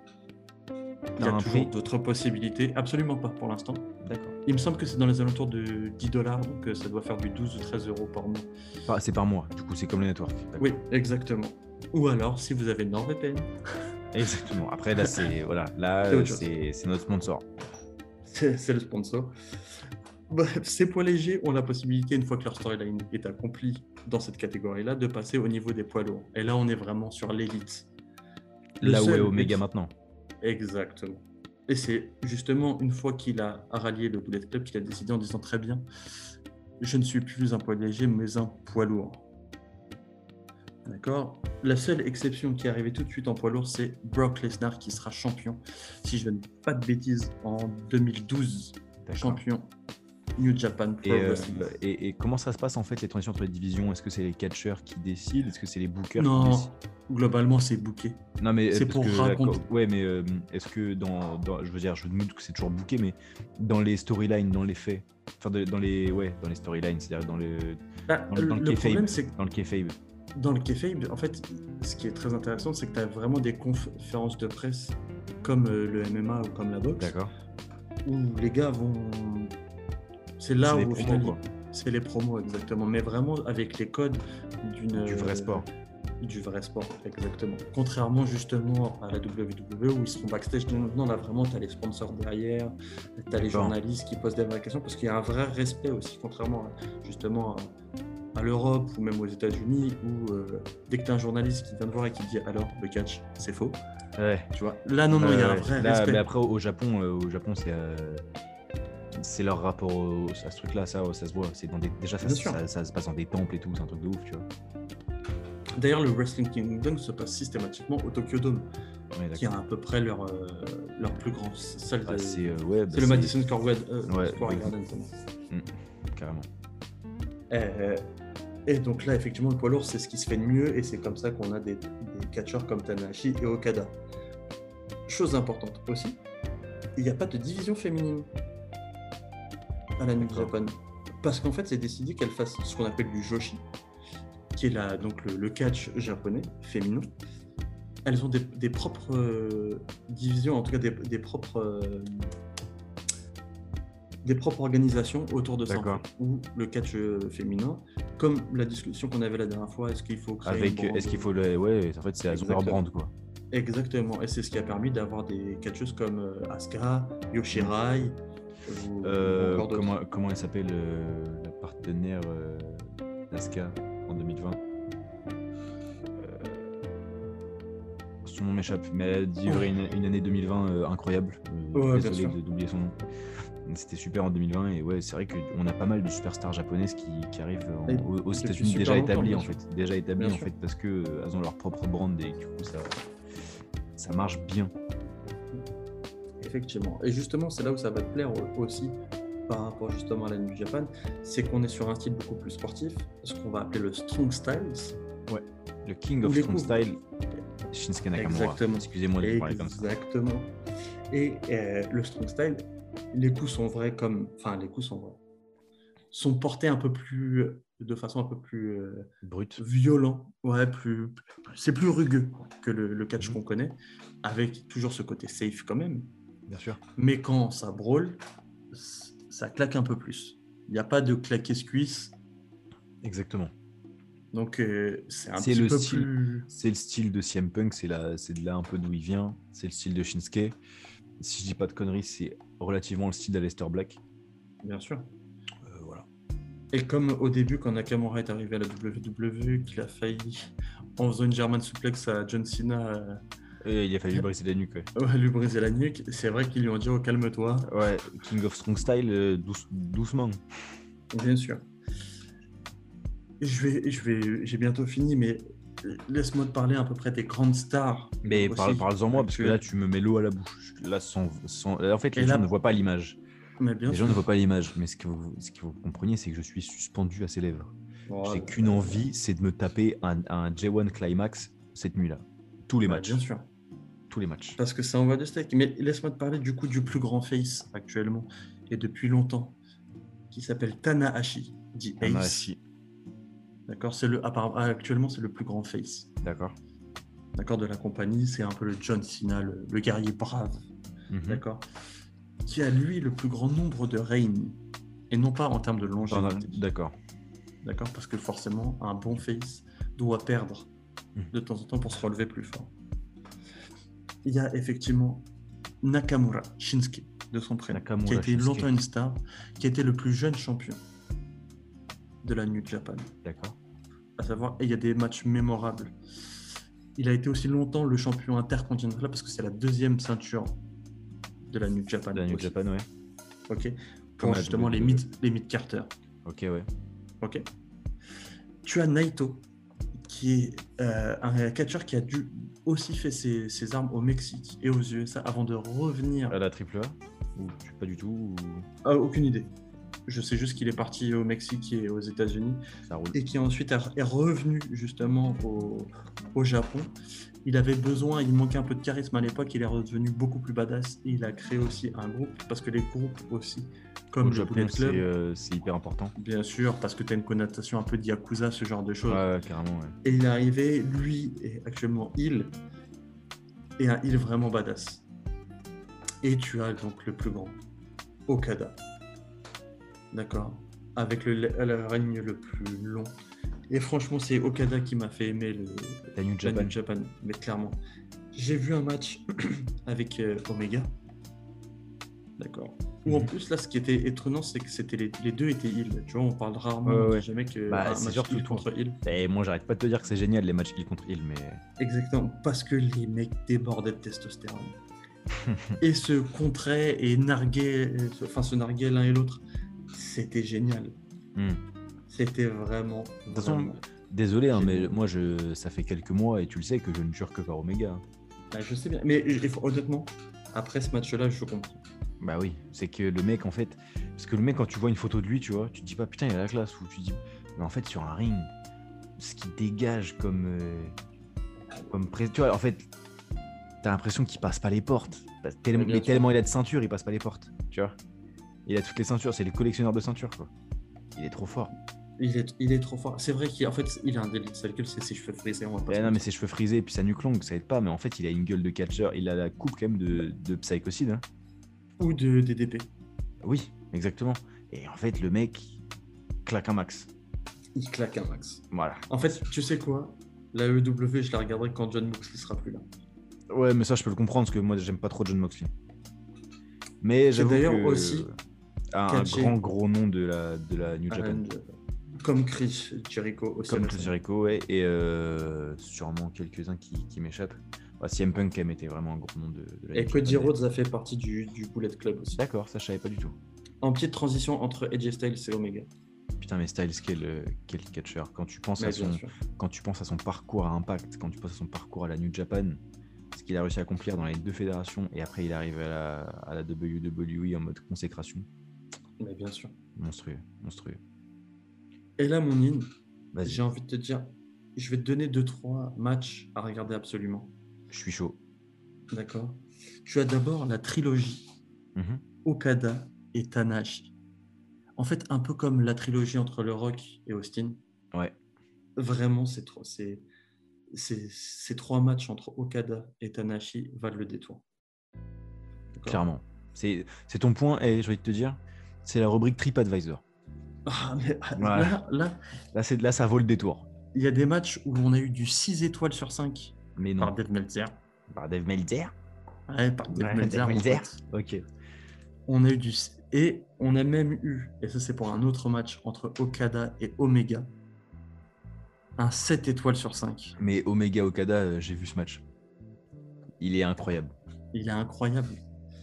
[SPEAKER 2] Il y
[SPEAKER 1] T'as
[SPEAKER 2] a
[SPEAKER 1] un
[SPEAKER 2] toujours
[SPEAKER 1] prix
[SPEAKER 2] d'autres possibilités, absolument pas pour l'instant.
[SPEAKER 1] D'accord.
[SPEAKER 2] Il me semble que c'est dans les alentours de 10 dollars, donc euh, ça doit faire du 12 ou 13 euros par mois.
[SPEAKER 1] Enfin, c'est par mois, du coup, c'est comme le network. D'accord.
[SPEAKER 2] Oui, exactement. Ou alors, si vous avez NordVPN,
[SPEAKER 1] Exactement. Après, là, c'est voilà, là,
[SPEAKER 2] C'est autre
[SPEAKER 1] euh,
[SPEAKER 2] chose.
[SPEAKER 1] c'est c'est notre sponsor.
[SPEAKER 2] c'est c'est le sponsor. Bah, Bref, ces poids légers ont la possibilité, une fois que leur storyline est accomplie dans cette catégorie-là, de passer au niveau des poids lourds. Et là, on est vraiment sur l'élite. Le
[SPEAKER 1] là où est
[SPEAKER 2] seul
[SPEAKER 1] Omega
[SPEAKER 2] ex-
[SPEAKER 1] maintenant.
[SPEAKER 2] Exactement. Et c'est justement une fois qu'il a rallié le Bullet Club qu'il a décidé en disant très bien, je ne suis plus un poids léger, mais un poids lourd. D'accord La seule exception qui est arrivée tout de suite en poids lourd, c'est Brock Lesnar qui sera champion, si je ne dis pas de bêtises, en 2012,
[SPEAKER 1] D'accord.
[SPEAKER 2] champion New Japan
[SPEAKER 1] Et,
[SPEAKER 2] Pro
[SPEAKER 1] euh,
[SPEAKER 2] Wrestling.
[SPEAKER 1] et, et comment ça se passe en fait les transitions entre les divisions Est-ce que c'est les catcheurs qui décident Est-ce que c'est les bookers qui
[SPEAKER 2] Non,
[SPEAKER 1] décident
[SPEAKER 2] globalement, c'est booké.
[SPEAKER 1] Non, mais euh,
[SPEAKER 2] C'est
[SPEAKER 1] parce
[SPEAKER 2] pour
[SPEAKER 1] que la-
[SPEAKER 2] raconter.
[SPEAKER 1] Ouais, mais euh, est-ce que dans, dans- je veux dire, je me doute que c'est toujours booké, mais dans les storylines, dans les faits, enfin de- dans les ouais, dans les storylines, c'est-à-dire dans le
[SPEAKER 2] Bah,
[SPEAKER 1] Dans le-
[SPEAKER 2] le
[SPEAKER 1] dans le
[SPEAKER 2] le
[SPEAKER 1] kayfabe.
[SPEAKER 2] problème, c'est que
[SPEAKER 1] dans le kayfabe.
[SPEAKER 2] dans le kayfabe, en fait, ce qui est très intéressant, c'est que tu as vraiment des conférences de presse comme euh, le MMA ou comme la boxe,
[SPEAKER 1] D'accord.
[SPEAKER 2] où les gars vont. C'est là
[SPEAKER 1] C'est
[SPEAKER 2] où
[SPEAKER 1] des
[SPEAKER 2] au
[SPEAKER 1] promos,
[SPEAKER 2] final,
[SPEAKER 1] quoi.
[SPEAKER 2] ils- c'est les promos exactement, mais vraiment avec les codes d'une euh,
[SPEAKER 1] Du vrai sport.
[SPEAKER 2] du vrai sport exactement. Contrairement justement à la WWE où ils seront backstage, non là vraiment tu as les sponsors derrière, tu as les
[SPEAKER 1] D'accord.
[SPEAKER 2] journalistes qui posent des vraies questions parce qu'il y a un vrai respect aussi contrairement à- justement à à l'Europe ou même aux États-Unis où euh, dès que tu as un journaliste qui vient te voir et qui te dit alors le catch c'est faux,
[SPEAKER 1] Ouais.
[SPEAKER 2] tu vois. Là non non, il y a un
[SPEAKER 1] Ouais,
[SPEAKER 2] vrai
[SPEAKER 1] là,
[SPEAKER 2] respect.
[SPEAKER 1] Mais après, au au Japon, euh, au Japon, c'est euh, c'est leur rapport au- à ce truc-là, ça, ça se voit. C'est dans des, déjà, ça,
[SPEAKER 2] Bien
[SPEAKER 1] se-
[SPEAKER 2] sûr.
[SPEAKER 1] ça- ça se passe dans des temples et tout, c'est un truc de ouf, tu vois.
[SPEAKER 2] D'ailleurs le Wrestling Kingdom se passe systématiquement au Tokyo Dome
[SPEAKER 1] Ouais, d'accord.
[SPEAKER 2] qui a à peu près leur euh, leur plus grande salle
[SPEAKER 1] Ah,
[SPEAKER 2] de-
[SPEAKER 1] c'est euh, ouais, bah,
[SPEAKER 2] c'est le Madison Square Garden.
[SPEAKER 1] Ouais,
[SPEAKER 2] Square
[SPEAKER 1] oui.
[SPEAKER 2] Garden, pardon.
[SPEAKER 1] Eh, carrément.
[SPEAKER 2] Euh, Et donc là, effectivement, le poids lourd, c'est ce qui se fait de mieux, et c'est comme ça qu'on a des, des catcheurs comme Tanahashi et Okada. Chose importante aussi, il n'y a pas de division féminine à la New
[SPEAKER 1] D'accord.
[SPEAKER 2] Japan. Parce qu'en fait, c'est décidé qu'elle fasse ce qu'on appelle du Joshi, qui est la, donc le, le catch japonais féminin. Elles ont des, des propres euh, divisions, en tout cas des, des propres euh, des propres organisations autour de ça, en
[SPEAKER 1] D'accord.
[SPEAKER 2] fait, ou le catch euh, féminin, comme la discussion qu'on avait la dernière fois, est-ce qu'il faut créer une
[SPEAKER 1] Avec,
[SPEAKER 2] brand-
[SPEAKER 1] est-ce qu'il faut le. Ouais, en fait, c'est Azure
[SPEAKER 2] Exactement.
[SPEAKER 1] Brand, quoi.
[SPEAKER 2] Exactement, et c'est ce qui a permis d'avoir des catcheuses comme euh, Asuka, Yoshirai, ou, ou
[SPEAKER 1] Euh,
[SPEAKER 2] encore d'autres.
[SPEAKER 1] comment, comment elle s'appelle euh, la partenaire euh, d'Asuka en 2020 Euh, Son nom m'échappe, mais elle a dit
[SPEAKER 2] Ouais.
[SPEAKER 1] une, une année 2020 euh, incroyable. Euh,
[SPEAKER 2] Ouais, bien
[SPEAKER 1] désolé
[SPEAKER 2] sûr.
[SPEAKER 1] de- d'oublier son nom. C'était super en 2020 et ouais, c'est vrai qu'on a pas mal de superstars japonaises qui, qui arrivent en-
[SPEAKER 2] Et
[SPEAKER 1] aux, aux
[SPEAKER 2] depuis
[SPEAKER 1] États-Unis
[SPEAKER 2] super
[SPEAKER 1] déjà
[SPEAKER 2] longtemps,
[SPEAKER 1] établies
[SPEAKER 2] bien
[SPEAKER 1] en
[SPEAKER 2] sûr.
[SPEAKER 1] fait, déjà établies
[SPEAKER 2] Bien
[SPEAKER 1] en
[SPEAKER 2] sûr.
[SPEAKER 1] fait parce que euh, elles ont leur propre brand et du coup ça, ça marche bien.
[SPEAKER 2] Effectivement, et justement, c'est là où ça va te plaire au- aussi par rapport justement à la New Japan, c'est qu'on est sur un style beaucoup plus sportif, ce qu'on va appeler le strong styles.
[SPEAKER 1] Le King of
[SPEAKER 2] Les
[SPEAKER 1] Strong
[SPEAKER 2] coups.
[SPEAKER 1] Style, Shinsuke Nakamura.
[SPEAKER 2] Exactement.
[SPEAKER 1] Excusez-moi de vous parler comme ça.
[SPEAKER 2] Exactement. Et euh, le strong style, les coups sont vrais comme, enfin les coups sont vrais, sont portés un peu plus, de façon un peu plus euh,
[SPEAKER 1] Brut.
[SPEAKER 2] violent, ouais, plus, c'est plus rugueux que le, le catch
[SPEAKER 1] Mhm.
[SPEAKER 2] qu'on connaît, avec toujours ce côté safe quand même.
[SPEAKER 1] Bien sûr.
[SPEAKER 2] Mais quand ça brûle, c- ça claque un peu plus. Il n'y a pas de claquer ce cuisse,
[SPEAKER 1] Exactement.
[SPEAKER 2] donc euh, c'est un
[SPEAKER 1] C'est
[SPEAKER 2] petit
[SPEAKER 1] le
[SPEAKER 2] peu
[SPEAKER 1] style.
[SPEAKER 2] plus.
[SPEAKER 1] C'est le style de CM Punk, c'est là, c'est de là un peu d'où il vient. C'est le style de Shinsuke. Si je dis pas de conneries, c'est relativement le style d'Aleister Black.
[SPEAKER 2] Bien sûr.
[SPEAKER 1] Euh, voilà.
[SPEAKER 2] Et comme au début, quand Nakamura est arrivé à la WWE, qu'il a failli, en faisant une German suplex à John Cena, euh,
[SPEAKER 1] Et il a fallu briser la nuque. Ouais,
[SPEAKER 2] ouais, lui briser la nuque, c'est vrai qu'ils lui ont dit oh, calme-toi.
[SPEAKER 1] Ouais, King of Strong Style, euh, douce- doucement.
[SPEAKER 2] Bien sûr. Je vais, je vais, j'ai bientôt fini, mais laisse-moi te parler à peu près des grandes stars.
[SPEAKER 1] Mais
[SPEAKER 2] aussi.
[SPEAKER 1] parle, parle-en moi, parce que
[SPEAKER 2] actuel.
[SPEAKER 1] là, tu me mets l'eau à la bouche. Là, sans, sans- En fait, les
[SPEAKER 2] Et
[SPEAKER 1] gens
[SPEAKER 2] là-
[SPEAKER 1] ne voient pas l'image.
[SPEAKER 2] Mais bien
[SPEAKER 1] Les gens
[SPEAKER 2] sûr.
[SPEAKER 1] ne voient pas l'image. Mais ce que vous, ce que vous compreniez, c'est que je suis suspendu à ses lèvres. J'ai
[SPEAKER 2] Voilà.
[SPEAKER 1] qu'une envie, c'est de me taper un, un J1 Climax cette nuit-là. Tous les
[SPEAKER 2] Bah,
[SPEAKER 1] matchs.
[SPEAKER 2] Bien sûr.
[SPEAKER 1] Tous les matchs.
[SPEAKER 2] Parce que ça envoie de steak. Mais laisse-moi te parler du coup du plus grand face actuellement et depuis longtemps, qui s'appelle Tanahashi, dit Ace.
[SPEAKER 1] Tanahashi.
[SPEAKER 2] D'accord, c'est le appara- ah, actuellement c'est le plus grand face.
[SPEAKER 1] D'accord.
[SPEAKER 2] D'accord, de la compagnie, c'est un peu le John Cena, le, le guerrier brave.
[SPEAKER 1] Mhm.
[SPEAKER 2] D'accord, qui a lui le plus grand nombre de reigns et non pas en termes de
[SPEAKER 1] Dans la-
[SPEAKER 2] longévité.
[SPEAKER 1] D'accord.
[SPEAKER 2] D'accord, parce que forcément un bon face doit perdre
[SPEAKER 1] Mhm.
[SPEAKER 2] de temps en temps pour se relever plus fort. Il y a effectivement Nakamura Shinsuke de son prénom,
[SPEAKER 1] Nakamura
[SPEAKER 2] qui a été
[SPEAKER 1] Shinsuke.
[SPEAKER 2] longtemps une star, qui était le plus jeune champion de la New Japan.
[SPEAKER 1] D'accord.
[SPEAKER 2] à savoir, et il y a des matchs mémorables. Il a été aussi longtemps le champion intercontinental parce que c'est la deuxième ceinture de la New Japan.
[SPEAKER 1] La New
[SPEAKER 2] aussi.
[SPEAKER 1] Japan, ouais.
[SPEAKER 2] Ok.
[SPEAKER 1] Comme
[SPEAKER 2] Pour
[SPEAKER 1] la
[SPEAKER 2] justement les
[SPEAKER 1] WWE.
[SPEAKER 2] mythes, les mythes Carter.
[SPEAKER 1] Ok, ouais.
[SPEAKER 2] Ok. Tu as Naito, qui est euh, un catcheur qui a dû aussi fait ses, ses armes au Mexique et aux USA avant de revenir.
[SPEAKER 1] À la triple A Ou tu- pas du tout ou...
[SPEAKER 2] Ah, aucune idée. Je sais juste qu'il est parti au Mexique et aux États-Unis
[SPEAKER 1] Ça roule.
[SPEAKER 2] et qui ensuite a- est revenu justement au, au Japon. Il avait besoin, il manquait un peu de charisme à l'époque, il est redevenu beaucoup plus badass et il a créé aussi un groupe parce que les groupes aussi, comme
[SPEAKER 1] Au
[SPEAKER 2] le
[SPEAKER 1] Japon,
[SPEAKER 2] Bullet
[SPEAKER 1] c'est
[SPEAKER 2] Club,
[SPEAKER 1] euh, c'est hyper important.
[SPEAKER 2] bien sûr, parce que tu as une connotation un peu de yakuza, ce genre de choses.
[SPEAKER 1] Ouais, ouais, carrément, ouais.
[SPEAKER 2] Et il est arrivé, lui est actuellement il, et un il vraiment badass. Et tu as donc le plus grand, Okada. D'accord Avec le, le règne le plus long. Et franchement, c'est Okada qui m'a fait aimer le,
[SPEAKER 1] La New
[SPEAKER 2] la
[SPEAKER 1] Japan.
[SPEAKER 2] New Japan, mais clairement. J'ai vu un match avec euh, Omega. D'accord Ou en
[SPEAKER 1] Mhm.
[SPEAKER 2] plus, là, ce qui était étonnant, c'est que c'était les, les deux étaient heal. Tu vois, on parle rarement,
[SPEAKER 1] Ouais,
[SPEAKER 2] on dit
[SPEAKER 1] ouais.
[SPEAKER 2] jamais que
[SPEAKER 1] Bah,
[SPEAKER 2] un
[SPEAKER 1] c'est
[SPEAKER 2] match
[SPEAKER 1] surtout
[SPEAKER 2] heel
[SPEAKER 1] toi.
[SPEAKER 2] contre heal.
[SPEAKER 1] Et Eh, moi, j'arrête pas de te dire que c'est génial les matchs il contre il, mais.
[SPEAKER 2] Exactement, parce que les mecs débordaient de testostérone. et se contraient et narguaient, euh, se- enfin se narguaient l'un et l'autre. C'était génial.
[SPEAKER 1] Hmm.
[SPEAKER 2] C'était vraiment.
[SPEAKER 1] toute façon,
[SPEAKER 2] vraiment-
[SPEAKER 1] Désolé, hein, mais
[SPEAKER 2] Génial.
[SPEAKER 1] moi, je... ça fait quelques mois et tu le sais que je ne jure que par Omega. hein.
[SPEAKER 2] Ah, je sais bien, mais il faut- honnêtement, après ce match-là, je comprends.
[SPEAKER 1] Bah oui, c'est que le mec, en fait. Parce que le mec, quand tu vois une photo de lui, tu vois, tu te dis pas putain, il a la classe. Ou tu te dis Mais en fait, sur un ring, ce qui dégage comme. euh, comme pré- tu vois, en fait, t'as l'impression qu'il passe pas les portes. Parce- tellement-
[SPEAKER 2] Ouais, bien
[SPEAKER 1] mais
[SPEAKER 2] sûr.
[SPEAKER 1] tellement il a de ceinture, il passe pas les portes. Tu vois Il a toutes les ceintures, c'est le collectionneur de ceintures, quoi. Il est trop fort.
[SPEAKER 2] Il est, il est trop fort. C'est vrai qu'en fait, il a un délit de sale gueule, c'est ses cheveux frisés, on va pas
[SPEAKER 1] Ouais,
[SPEAKER 2] se
[SPEAKER 1] Eh non, mais
[SPEAKER 2] mentir.
[SPEAKER 1] ses cheveux frisés et puis sa nuque longue, ça aide pas. Mais en fait, il a une gueule de catcheur. Il a la coupe quand même de, de psychocide. hein.
[SPEAKER 2] Ou de DDP.
[SPEAKER 1] Oui, exactement. Et en fait, le mec claque un max.
[SPEAKER 2] Il claque un max.
[SPEAKER 1] Voilà.
[SPEAKER 2] En fait, tu sais quoi La EW, je la regarderai quand John Moxley sera plus là.
[SPEAKER 1] Ouais, mais ça, je peux le comprendre parce que moi, j'aime pas trop John Moxley. Mais j'avoue
[SPEAKER 2] d'ailleurs
[SPEAKER 1] que-
[SPEAKER 2] aussi
[SPEAKER 1] un,
[SPEAKER 2] Ah,
[SPEAKER 1] un
[SPEAKER 2] catché.
[SPEAKER 1] grand gros nom de la, de la New Japan.
[SPEAKER 2] Alan, euh, Comme Chris Jericho aussi.
[SPEAKER 1] Comme Chris Jericho, ouais, et euh, sûrement quelques-uns qui, qui m'échappent. Bah, CM Punk, quand même, était vraiment un gros nom de, de la
[SPEAKER 2] Et
[SPEAKER 1] New
[SPEAKER 2] Cody
[SPEAKER 1] Japan.
[SPEAKER 2] Rhodes a fait partie du, du Bullet Club aussi.
[SPEAKER 1] D'accord, ça, je savais pas du tout.
[SPEAKER 2] En pied de transition entre Edge Styles et Omega.
[SPEAKER 1] Putain, mais Styles, quel, euh, quel catcher. Quand tu penses à
[SPEAKER 2] Mais bien
[SPEAKER 1] son,
[SPEAKER 2] sûr.
[SPEAKER 1] quand tu penses à son parcours à Impact, quand tu penses à son parcours à la New Japan, ce qu'il a réussi à accomplir dans les deux fédérations, et après il arrive à la, à la WWE en mode consécration,
[SPEAKER 2] Mais bien sûr.
[SPEAKER 1] monstrueux, monstrueux.
[SPEAKER 2] Et là, mon in,
[SPEAKER 1] Vas-y,
[SPEAKER 2] j'ai envie de te dire, je vais te donner 2-3 matchs à regarder absolument.
[SPEAKER 1] je suis chaud.
[SPEAKER 2] D'accord Tu as d'abord la trilogie
[SPEAKER 1] Mhm.
[SPEAKER 2] Okada et Tanahashi. En fait, un peu comme la trilogie entre Le Rock et Austin.
[SPEAKER 1] Ouais.
[SPEAKER 2] Vraiment, c'est trop. c'est- c'est- Ces trois matchs entre Okada et Tanahashi valent le détour. D'accord
[SPEAKER 1] Clairement. C'est c'est ton point, et j'ai envie de te dire, c'est la rubrique TripAdvisor.
[SPEAKER 2] Ah, mais, ah,
[SPEAKER 1] Voilà.
[SPEAKER 2] Là, là,
[SPEAKER 1] Là, c'est- là, ça vaut le détour.
[SPEAKER 2] il y a des matchs où on a eu du 6 étoiles sur 5
[SPEAKER 1] Mais non.
[SPEAKER 2] par Dave Meltzer.
[SPEAKER 1] Par Dave Meltzer
[SPEAKER 2] Ouais, par Dave
[SPEAKER 1] Ouais,
[SPEAKER 2] Meltzer,
[SPEAKER 1] Dave
[SPEAKER 2] mon
[SPEAKER 1] Meltzer.
[SPEAKER 2] pote.
[SPEAKER 1] Ok.
[SPEAKER 2] On a eu du. Et on a même eu, et ça c'est pour un autre match entre Okada et Omega, un 7 étoiles sur 5.
[SPEAKER 1] Mais Omega Okada, euh, j'ai vu ce match. Il est incroyable.
[SPEAKER 2] Il est incroyable.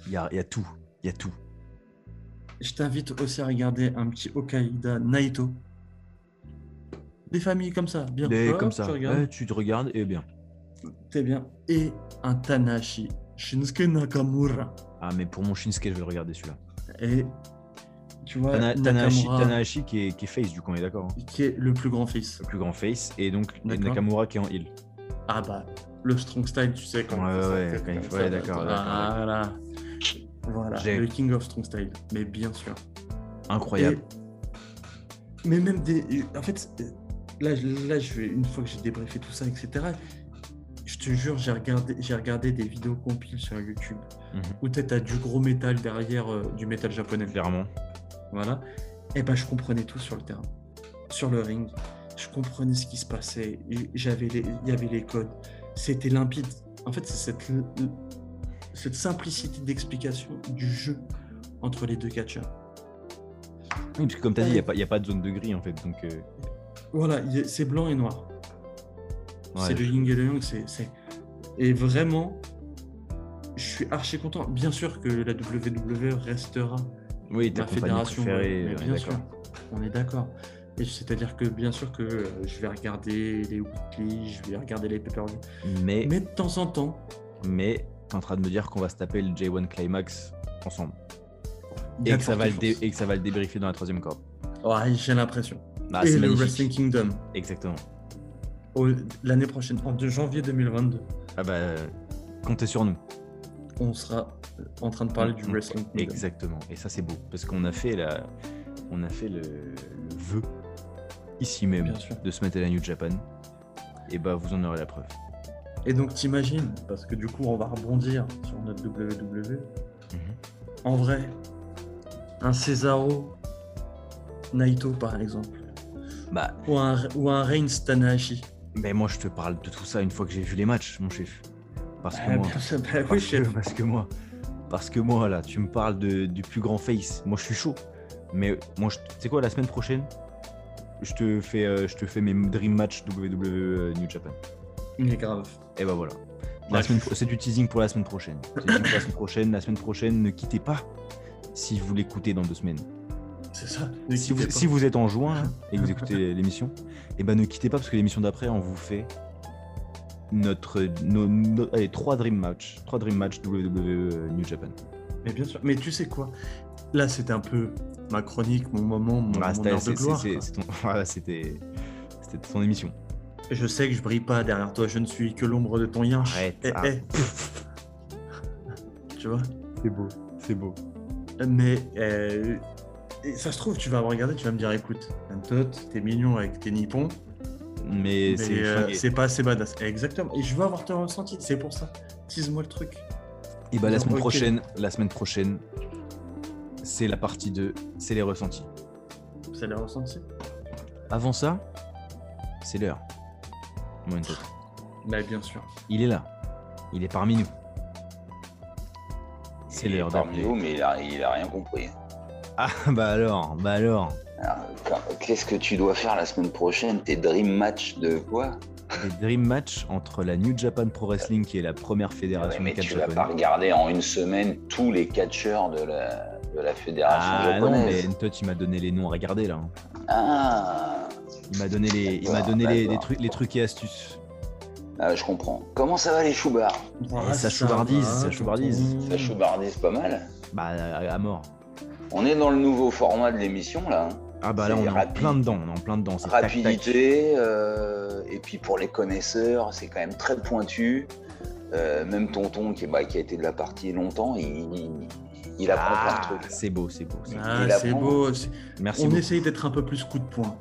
[SPEAKER 1] Il y a, il y a tout. Il y a tout.
[SPEAKER 2] Je t'invite aussi à regarder un petit Okaida Naito. Des familles comme ça, bien
[SPEAKER 1] Il est
[SPEAKER 2] Hop,
[SPEAKER 1] comme ça.
[SPEAKER 2] Tu regardes,
[SPEAKER 1] Ouais, tu te regardes, et bien.
[SPEAKER 2] t'es bien. Et un Tanashi, Shinsuke Nakamura.
[SPEAKER 1] Ah, mais pour mon Shinsuke, je vais le regarder celui-là.
[SPEAKER 2] Et tu vois,
[SPEAKER 1] Tana- Tanahashi,
[SPEAKER 2] Nakamura,
[SPEAKER 1] Tanahashi qui, est, qui est face, du coup, on est d'accord. hein.
[SPEAKER 2] qui est le plus grand fils.
[SPEAKER 1] Le plus grand face, et donc
[SPEAKER 2] D'accord.
[SPEAKER 1] Nakamura qui est en heal.
[SPEAKER 2] Ah bah, le strong style, tu sais quand
[SPEAKER 1] Ouais,
[SPEAKER 2] on fait ça,
[SPEAKER 1] ouais,
[SPEAKER 2] fait
[SPEAKER 1] ouais,
[SPEAKER 2] comme
[SPEAKER 1] ouais,
[SPEAKER 2] ça,
[SPEAKER 1] d'accord,
[SPEAKER 2] Voilà. Voilà,
[SPEAKER 1] J'ai-
[SPEAKER 2] le king of strong style, mais bien sûr.
[SPEAKER 1] Incroyable.
[SPEAKER 2] Et- Mais même des. En fait, là, je- là je vais- une fois que j'ai débriefé tout ça, etc., je te jure, j'ai regardé, j'ai regardé des vidéos compiles sur YouTube
[SPEAKER 1] Mhm.
[SPEAKER 2] où peut-être t'as du gros métal derrière euh, du métal japonais.
[SPEAKER 1] Clairement.
[SPEAKER 2] Voilà. Et ben, je comprenais tout sur le terrain, sur le ring. Je comprenais ce qui se passait. Et J'avais les, il y avait les codes. C'était limpide. En fait, c'est cette, cette simplicité d'explication du jeu entre les deux catcheurs.
[SPEAKER 1] Oui, parce que comme t'as dit, il n'y a, pas- il y a pas de zone de gris, en fait. Donc, euh,
[SPEAKER 2] Voilà, il y a- c'est blanc et noir.
[SPEAKER 1] ouais,
[SPEAKER 2] c'est le yin et le yang. c'est- c'est- Et vraiment, je suis archi content. Bien sûr que la WWE restera
[SPEAKER 1] Oui, ta
[SPEAKER 2] ma
[SPEAKER 1] compagnie
[SPEAKER 2] fédération.
[SPEAKER 1] préférée,
[SPEAKER 2] mais
[SPEAKER 1] on est
[SPEAKER 2] bien sûr,
[SPEAKER 1] d'accord.
[SPEAKER 2] on est d'accord. Et c'est-à-dire que bien sûr que euh, je vais regarder les weekly, je vais regarder les pay per
[SPEAKER 1] Mais,
[SPEAKER 2] Mais de temps en temps,
[SPEAKER 1] mais t'es en train de me dire qu'on va se taper le J1 Climax ensemble.
[SPEAKER 2] il y a
[SPEAKER 1] Et
[SPEAKER 2] de
[SPEAKER 1] que, ça
[SPEAKER 2] fortes
[SPEAKER 1] va le dé-
[SPEAKER 2] chances.
[SPEAKER 1] et que ça va le débriefer dans la troisième corde.
[SPEAKER 2] Ouais, j'ai l'impression.
[SPEAKER 1] Ah,
[SPEAKER 2] et
[SPEAKER 1] c'est
[SPEAKER 2] le
[SPEAKER 1] magnifique.
[SPEAKER 2] Wrestling Kingdom
[SPEAKER 1] Exactement.
[SPEAKER 2] au- l'année prochaine, en 2 janvier 2022,
[SPEAKER 1] Ah bah, euh, comptez sur nous.
[SPEAKER 2] on sera euh, en train de parler du
[SPEAKER 1] Mhm.
[SPEAKER 2] Wrestling Kingdom.
[SPEAKER 1] Exactement. Et ça, c'est beau. Parce qu'on a fait, la... On a fait le... le vœu, ici même,
[SPEAKER 2] Bien sûr.
[SPEAKER 1] de se mettre à la New Japan. Et bah, vous en aurez la preuve.
[SPEAKER 2] Et donc t'imagines, parce que du coup on va rebondir sur notre WWE.
[SPEAKER 1] Mhm.
[SPEAKER 2] En vrai, un Cesaro Naito par exemple,
[SPEAKER 1] Bah,
[SPEAKER 2] ou un, ou un Reigns Tanahashi.
[SPEAKER 1] mais moi, je te parle de tout ça une fois que j'ai vu les matchs, mon chef. Parce que
[SPEAKER 2] Ah,
[SPEAKER 1] moi...
[SPEAKER 2] bien sûr, bah oui,
[SPEAKER 1] Parce que,
[SPEAKER 2] chef.
[SPEAKER 1] parce que moi, parce que moi là, tu me parles de, du plus grand face. Moi, je suis chaud. Mais moi, je- tu sais quoi, la semaine prochaine, je te fais, euh, je te fais mes dream match WWE E, New Japan.
[SPEAKER 2] Il est grave.
[SPEAKER 1] Et bah voilà. La
[SPEAKER 2] Ouais.
[SPEAKER 1] semaine pro- c'est du teasing pour la semaine prochaine. C'est du teasing pour la semaine prochaine. La semaine prochaine, ne quittez pas. Si vous l'écoutez dans deux semaines,
[SPEAKER 2] C'est ça.
[SPEAKER 1] si vous, si vous êtes en juin là, et que vous écoutez l'émission, et ben ne quittez pas parce que l'émission d'après, on vous fait notre, nos, nos- allez, trois dream match, trois dream match WWE E, New Japan.
[SPEAKER 2] Mais bien sûr. Mais tu sais quoi Là, c'était un peu ma chronique, mon moment, mon,
[SPEAKER 1] Ah,
[SPEAKER 2] mon
[SPEAKER 1] c'était-
[SPEAKER 2] heure de
[SPEAKER 1] c'est-
[SPEAKER 2] gloire.
[SPEAKER 1] c'est-
[SPEAKER 2] quoi.
[SPEAKER 1] c'est ton- voilà, C'était c'était ton émission.
[SPEAKER 2] Je sais que je brille pas derrière toi, je ne suis que l'ombre de ton yin.
[SPEAKER 1] Arrête,
[SPEAKER 2] Eh,
[SPEAKER 1] arrête.
[SPEAKER 2] eh. tu vois
[SPEAKER 1] C'est beau, c'est beau.
[SPEAKER 2] Mais euh, et ça se trouve, tu vas me regarder, tu vas me dire écoute, Antot, t'es mignon avec tes nippons,
[SPEAKER 1] Mais,
[SPEAKER 2] mais
[SPEAKER 1] c'est
[SPEAKER 2] euh,
[SPEAKER 1] fringué.
[SPEAKER 2] c'est pas assez badass. Exactement. Et je veux avoir ton ressenti, c'est pour ça. Tease-moi le truc.
[SPEAKER 1] Et bah la
[SPEAKER 2] Non,
[SPEAKER 1] semaine
[SPEAKER 2] ok.
[SPEAKER 1] prochaine, la semaine prochaine, c'est la partie 2, c'est les ressentis.
[SPEAKER 2] C'est le ressenti.
[SPEAKER 1] Avant ça, c'est l'heure. Moment Tot.
[SPEAKER 2] Bah, bien sûr.
[SPEAKER 1] Il est là. Il est parmi nous. C'est
[SPEAKER 3] Il est
[SPEAKER 1] l'heure
[SPEAKER 3] parmi
[SPEAKER 1] d'appeler.
[SPEAKER 3] nous, mais il a, il a rien compris.
[SPEAKER 1] Ah bah alors, bah alors.
[SPEAKER 3] Alors, quand- Qu'est-ce que tu dois faire la semaine prochaine Tes dream match de quoi
[SPEAKER 1] Les dream match entre la New Japan Pro Wrestling qui est la première
[SPEAKER 3] Ouais,
[SPEAKER 1] fédération
[SPEAKER 3] Mais
[SPEAKER 1] de catch
[SPEAKER 3] tu vas
[SPEAKER 1] japonais.
[SPEAKER 3] pas regarder en une semaine tous les catcheurs de la, de la fédération
[SPEAKER 1] Ah non, mais
[SPEAKER 3] japonaise.
[SPEAKER 1] Ntot il m'a donné les noms à regarder là. hein.
[SPEAKER 3] Ah,
[SPEAKER 1] Il m'a donné les, il m'a
[SPEAKER 3] D'accord,
[SPEAKER 1] donné les,
[SPEAKER 3] d'accord.
[SPEAKER 1] les trucs, les trucs et astuces.
[SPEAKER 3] ah, je comprends. Comment ça va les choubards
[SPEAKER 2] Voilà,
[SPEAKER 1] ça choubardise,
[SPEAKER 2] va,
[SPEAKER 1] ça choubardise.
[SPEAKER 2] tonton.
[SPEAKER 3] Ça choubardise pas mal.
[SPEAKER 1] Bah à, à mort.
[SPEAKER 3] On est dans le nouveau format de l'émission là. hein.
[SPEAKER 1] Ah bah là
[SPEAKER 3] C'est
[SPEAKER 1] on est en
[SPEAKER 3] rapide.
[SPEAKER 1] plein dedans, on est en plein dedans. c'est tac, tac.
[SPEAKER 3] Rapidité, euh, et puis pour les connaisseurs, c'est quand même très pointu. Euh, même Tonton qui, bah, qui a été de la partie longtemps, il, il, il apprend
[SPEAKER 1] Ah,
[SPEAKER 3] plein de trucs.
[SPEAKER 1] c'est beau, c'est beau. c'est beau.
[SPEAKER 2] Ah,
[SPEAKER 3] Il apprend.
[SPEAKER 2] c'est beau. c'est-
[SPEAKER 1] Merci
[SPEAKER 2] On
[SPEAKER 1] beaucoup.
[SPEAKER 2] essaye d'être un peu plus coup de poing.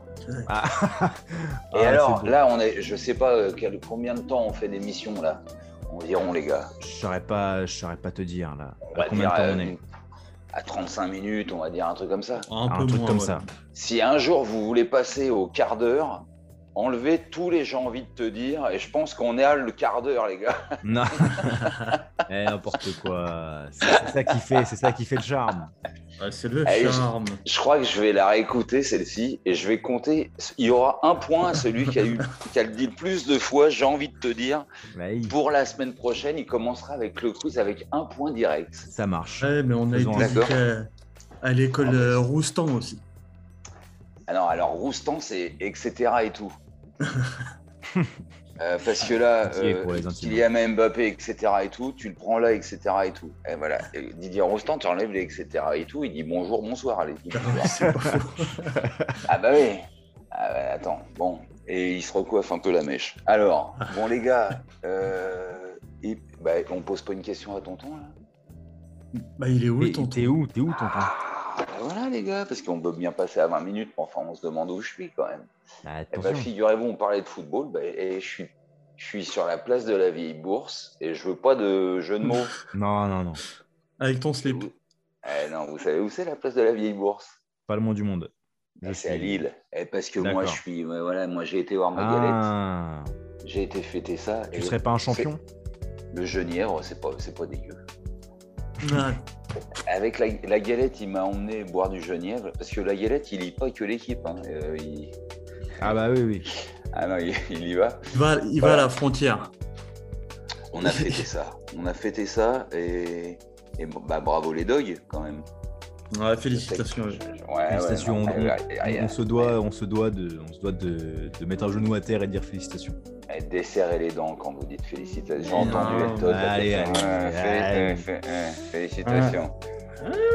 [SPEAKER 1] Ah,
[SPEAKER 3] Et
[SPEAKER 1] ah,
[SPEAKER 3] alors,
[SPEAKER 1] c'est beau.
[SPEAKER 3] là, on est, je sais pas euh, quel- combien de temps on fait d'émission là Environ, les gars.
[SPEAKER 1] Je saurais pas, je saurais pas te dire là.
[SPEAKER 3] On
[SPEAKER 1] À
[SPEAKER 3] va
[SPEAKER 1] combien de
[SPEAKER 3] dire
[SPEAKER 1] temps
[SPEAKER 3] euh,
[SPEAKER 1] on est
[SPEAKER 3] une- à 35 minutes, on va dire un truc comme ça.
[SPEAKER 2] Un,
[SPEAKER 1] Ah,
[SPEAKER 2] peu
[SPEAKER 1] Un truc
[SPEAKER 2] moins,
[SPEAKER 1] comme
[SPEAKER 2] ouais.
[SPEAKER 1] ça.
[SPEAKER 3] Si un jour vous voulez passer au quart d'heure, enlevez tous les j'ai envie de te dire, et je pense qu'on est à le quart d'heure, les gars.
[SPEAKER 1] Non. Eh, n'importe quoi. C'est c'est ça qui fait, c'est ça qui fait le charme.
[SPEAKER 2] Ah, c'est le
[SPEAKER 3] Allez, je-
[SPEAKER 2] charme.
[SPEAKER 3] Je crois que je vais la réécouter celle-ci, et je vais compter. Il y aura un point à celui qui a, eu, qui a dit le plus de fois j'ai envie de te dire.
[SPEAKER 1] Bah, il-
[SPEAKER 3] Pour la semaine prochaine, il commencera avec le quiz avec un point direct.
[SPEAKER 1] ça marche.
[SPEAKER 2] Ouais, mais on a été
[SPEAKER 1] Faisons
[SPEAKER 3] un-
[SPEAKER 2] éduqués à, à l'école euh, Roustan aussi.
[SPEAKER 3] Alors, Ah alors Roustan, c'est etc. et tout. Euh, parce que là,
[SPEAKER 1] Pitié
[SPEAKER 3] euh,
[SPEAKER 1] Ah, pour les intimes.
[SPEAKER 3] Kylian Mbappé, etc. et tout, tu le prends là, etc. et tout. Et voilà. Et Didier Roustan, tu enlèves les etc. et tout, il dit bonjour, bonsoir. Allez, il dit bonsoir.
[SPEAKER 2] C'est pas faux.
[SPEAKER 3] ah bah oui. Ah bah attends, bon. Et il se recoiffe un peu la mèche. Alors, bon les gars, euh, et- bah, on pose pas une question à tonton là
[SPEAKER 2] Bah, il est où
[SPEAKER 1] T'es-
[SPEAKER 2] le tonton
[SPEAKER 1] T'es où, t'es où, tonton
[SPEAKER 3] Ah, bah Voilà les gars, parce qu'on peut bien passer à 20 minutes, mais enfin on se demande où je suis quand même.
[SPEAKER 1] Bah,
[SPEAKER 3] Eh ben,
[SPEAKER 1] Attention.
[SPEAKER 3] figurez-vous, on parlait de football, ben, et je suis, je suis sur la place de la vieille bourse et je veux pas de jeu de mots.
[SPEAKER 1] Non, non, non.
[SPEAKER 2] Avec ton slip.
[SPEAKER 3] Vous- Eh non, vous savez où c'est la place de la vieille bourse
[SPEAKER 1] Pas le moins du monde. Je
[SPEAKER 3] Eh, C'est à
[SPEAKER 1] suis-
[SPEAKER 3] Lille. Eh, parce que moi,
[SPEAKER 1] D'accord.
[SPEAKER 3] je suis, ouais, voilà, moi j'ai été voir ma galette,
[SPEAKER 1] Ah,
[SPEAKER 3] j'ai été fêter ça.
[SPEAKER 1] tu
[SPEAKER 3] et
[SPEAKER 1] serais pas un champion
[SPEAKER 3] c'est- Le genièvre, c'est pas, c'est pas dégueu.
[SPEAKER 2] Ah,
[SPEAKER 3] Avec la, la galette, il m'a emmené boire du genièvre parce que la galette, il lit pas que l'équipe. hein. Euh, il-
[SPEAKER 1] Ah bah oui, oui.
[SPEAKER 3] Ah non, il, il y va.
[SPEAKER 2] il va, il va à la frontière.
[SPEAKER 3] On a fêté ça. On a fêté ça et, et bah, bravo les dogs quand même.
[SPEAKER 2] Ouais, félicitations. ouais.
[SPEAKER 3] Ouais,
[SPEAKER 1] Félicitations,
[SPEAKER 3] ouais,
[SPEAKER 1] on-
[SPEAKER 3] ouais, ouais, ouais,
[SPEAKER 1] On se doit, on se doit de, on se doit de, de mettre un genou à terre et de dire félicitations.
[SPEAKER 3] ouais, desserrez les dents quand vous dites félicitations. J'ai
[SPEAKER 2] Non,
[SPEAKER 3] entendu
[SPEAKER 2] bah,
[SPEAKER 3] Elton. la
[SPEAKER 1] allez,
[SPEAKER 3] personne.
[SPEAKER 1] allez,
[SPEAKER 3] Ouais,
[SPEAKER 1] allez. Ah,
[SPEAKER 3] fé- fé- ouais, Félicitations.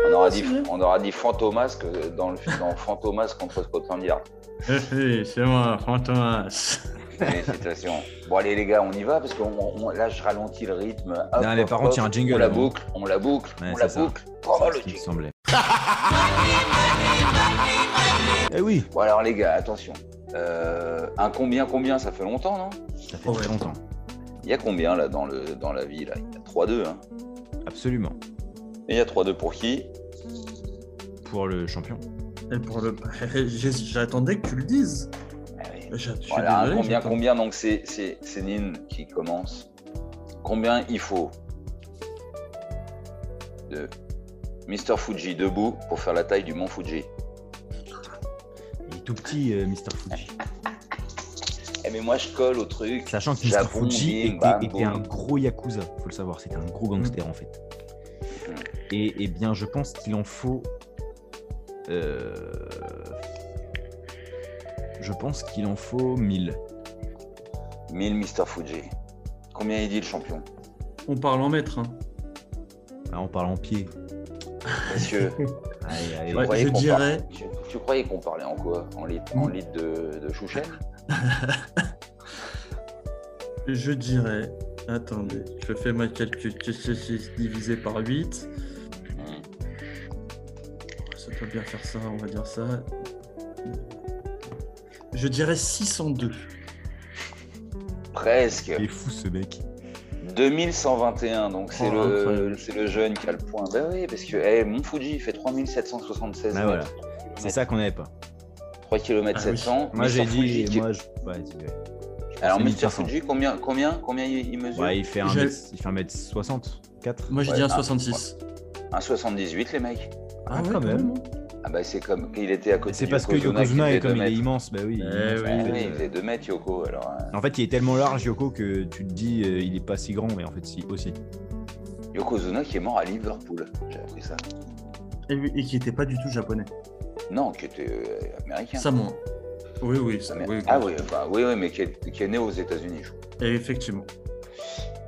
[SPEAKER 3] On aura, dit, on aura dit Fantomas que dans le film dans Fantomas contre Scotland Yard.
[SPEAKER 2] Hé, hé, c'est moi, Fantomas.
[SPEAKER 3] Félicitations. Bon allez les gars, on y va parce que on- on- là je ralentis le rythme. Hop,
[SPEAKER 1] Non, mais
[SPEAKER 3] hop,
[SPEAKER 1] par contre, il y a
[SPEAKER 3] hop.
[SPEAKER 1] un jingle
[SPEAKER 3] On la
[SPEAKER 1] avant.
[SPEAKER 3] boucle, on la boucle,
[SPEAKER 1] Ouais,
[SPEAKER 3] on la
[SPEAKER 1] c'est ça.
[SPEAKER 3] boucle. Oh
[SPEAKER 1] C'est
[SPEAKER 3] le
[SPEAKER 1] ce qui me
[SPEAKER 3] jingle.
[SPEAKER 1] semblait. eh oui,
[SPEAKER 3] Bon alors les gars, attention. Euh, un combien combien, ça fait longtemps non
[SPEAKER 1] ça fait
[SPEAKER 2] Oh,
[SPEAKER 1] très
[SPEAKER 2] ouais.
[SPEAKER 1] longtemps.
[SPEAKER 3] Il y a combien là dans, le, dans la vie là Il y a 3-2. Hein.
[SPEAKER 1] Absolument.
[SPEAKER 3] Et il y a 3-2 pour qui
[SPEAKER 1] Pour le champion.
[SPEAKER 2] Et pour le... Eh, J'ai- J'attendais que tu le dises.
[SPEAKER 3] Ah oui.
[SPEAKER 2] J'a- je suis
[SPEAKER 3] Voilà, hein,
[SPEAKER 2] désolé,
[SPEAKER 3] combien,
[SPEAKER 2] j'attends.
[SPEAKER 3] combien donc c'est, c'est, c'est Nin qui commence. Combien il faut de Mr. Fuji debout pour faire la taille du mont Fuji
[SPEAKER 1] Il est tout petit, euh, Mr. Fuji.
[SPEAKER 3] Eh mais moi je colle au truc.
[SPEAKER 1] Sachant que Mr.
[SPEAKER 3] Japon,
[SPEAKER 1] Fuji
[SPEAKER 3] bim,
[SPEAKER 1] était,
[SPEAKER 3] bam,
[SPEAKER 1] était un
[SPEAKER 3] boum.
[SPEAKER 1] gros yakuza, faut le savoir, c'était un gros gangster en fait.
[SPEAKER 3] Mhm.
[SPEAKER 1] Et, et bien, je pense qu'il en faut. euh, je pense qu'il en faut 1000.
[SPEAKER 3] 1000 Mr. Fuji. Combien il dit le champion
[SPEAKER 2] On parle en mètres. hein.
[SPEAKER 1] Ah, on parle en pied.
[SPEAKER 3] Messieurs,
[SPEAKER 1] Allez, allez.
[SPEAKER 2] Ouais,
[SPEAKER 3] croyais
[SPEAKER 2] je
[SPEAKER 3] qu'on
[SPEAKER 2] dirais-
[SPEAKER 3] parlait- tu, tu croyais qu'on parlait en quoi En litre, en litre de, de chouchen
[SPEAKER 2] Je dirais. Attendez, je fais ma calcul. Divisé par 8. Ça doit bien faire ça, on va dire ça. Je dirais 602.
[SPEAKER 3] Presque.
[SPEAKER 1] Il est fou ce mec.
[SPEAKER 3] 2121, donc c'est
[SPEAKER 2] Oh,
[SPEAKER 3] le,
[SPEAKER 2] incroyable.
[SPEAKER 3] c'est le jeune qui a le point. Bah oui, parce que eh, Mont Fuji il fait 3776
[SPEAKER 1] Ah,
[SPEAKER 3] mètres.
[SPEAKER 1] C'est ça qu'on n'avait pas.
[SPEAKER 3] 3 km
[SPEAKER 2] Ah oui.
[SPEAKER 3] 700.
[SPEAKER 1] Moi j'ai dit.
[SPEAKER 3] Fuji, qui-
[SPEAKER 1] Moi, je... ouais, c'est vrai.
[SPEAKER 3] Alors,
[SPEAKER 1] c'est
[SPEAKER 3] Mr.
[SPEAKER 1] 1500.
[SPEAKER 3] Fuji, combien, combien, combien il il mesure
[SPEAKER 1] Ouais, il fait
[SPEAKER 2] Je-
[SPEAKER 1] 1m64.
[SPEAKER 2] Moi, je
[SPEAKER 3] Ouais,
[SPEAKER 2] dis un
[SPEAKER 3] bah,
[SPEAKER 2] 66.
[SPEAKER 3] 1,78 les mecs.
[SPEAKER 1] Ah, quand même.
[SPEAKER 3] Ah bah c'est comme il était à côté
[SPEAKER 1] C'est
[SPEAKER 3] de
[SPEAKER 1] parce que
[SPEAKER 3] Yokozuna
[SPEAKER 1] Yokozuna
[SPEAKER 3] qu'il
[SPEAKER 1] est
[SPEAKER 3] faisait
[SPEAKER 1] comme il
[SPEAKER 3] deux
[SPEAKER 1] est
[SPEAKER 3] mètres.
[SPEAKER 1] immense. Bah oui. il est
[SPEAKER 2] Eh
[SPEAKER 1] immense.
[SPEAKER 2] oui.
[SPEAKER 1] Il
[SPEAKER 3] Ah oui,
[SPEAKER 1] fait,
[SPEAKER 3] il
[SPEAKER 1] euh,
[SPEAKER 3] faisait 2 mètres Yoko alors. euh,
[SPEAKER 1] En fait, il est tellement large, Yoko, que tu te dis, euh, il est pas si grand, mais en fait, si aussi.
[SPEAKER 3] Yokozuna qui est mort à Liverpool, j'ai appris ça.
[SPEAKER 2] Et, oui, et qui n'était pas du tout japonais.
[SPEAKER 3] Non, qui était euh, américain.
[SPEAKER 2] Ça ment. Oui, oui, ça,
[SPEAKER 3] Ah, mais-
[SPEAKER 2] oui,
[SPEAKER 3] ah
[SPEAKER 2] oui.
[SPEAKER 3] oui, bah, oui, oui, mais qui est, qui est né aux États-Unis, je crois.
[SPEAKER 2] Et effectivement.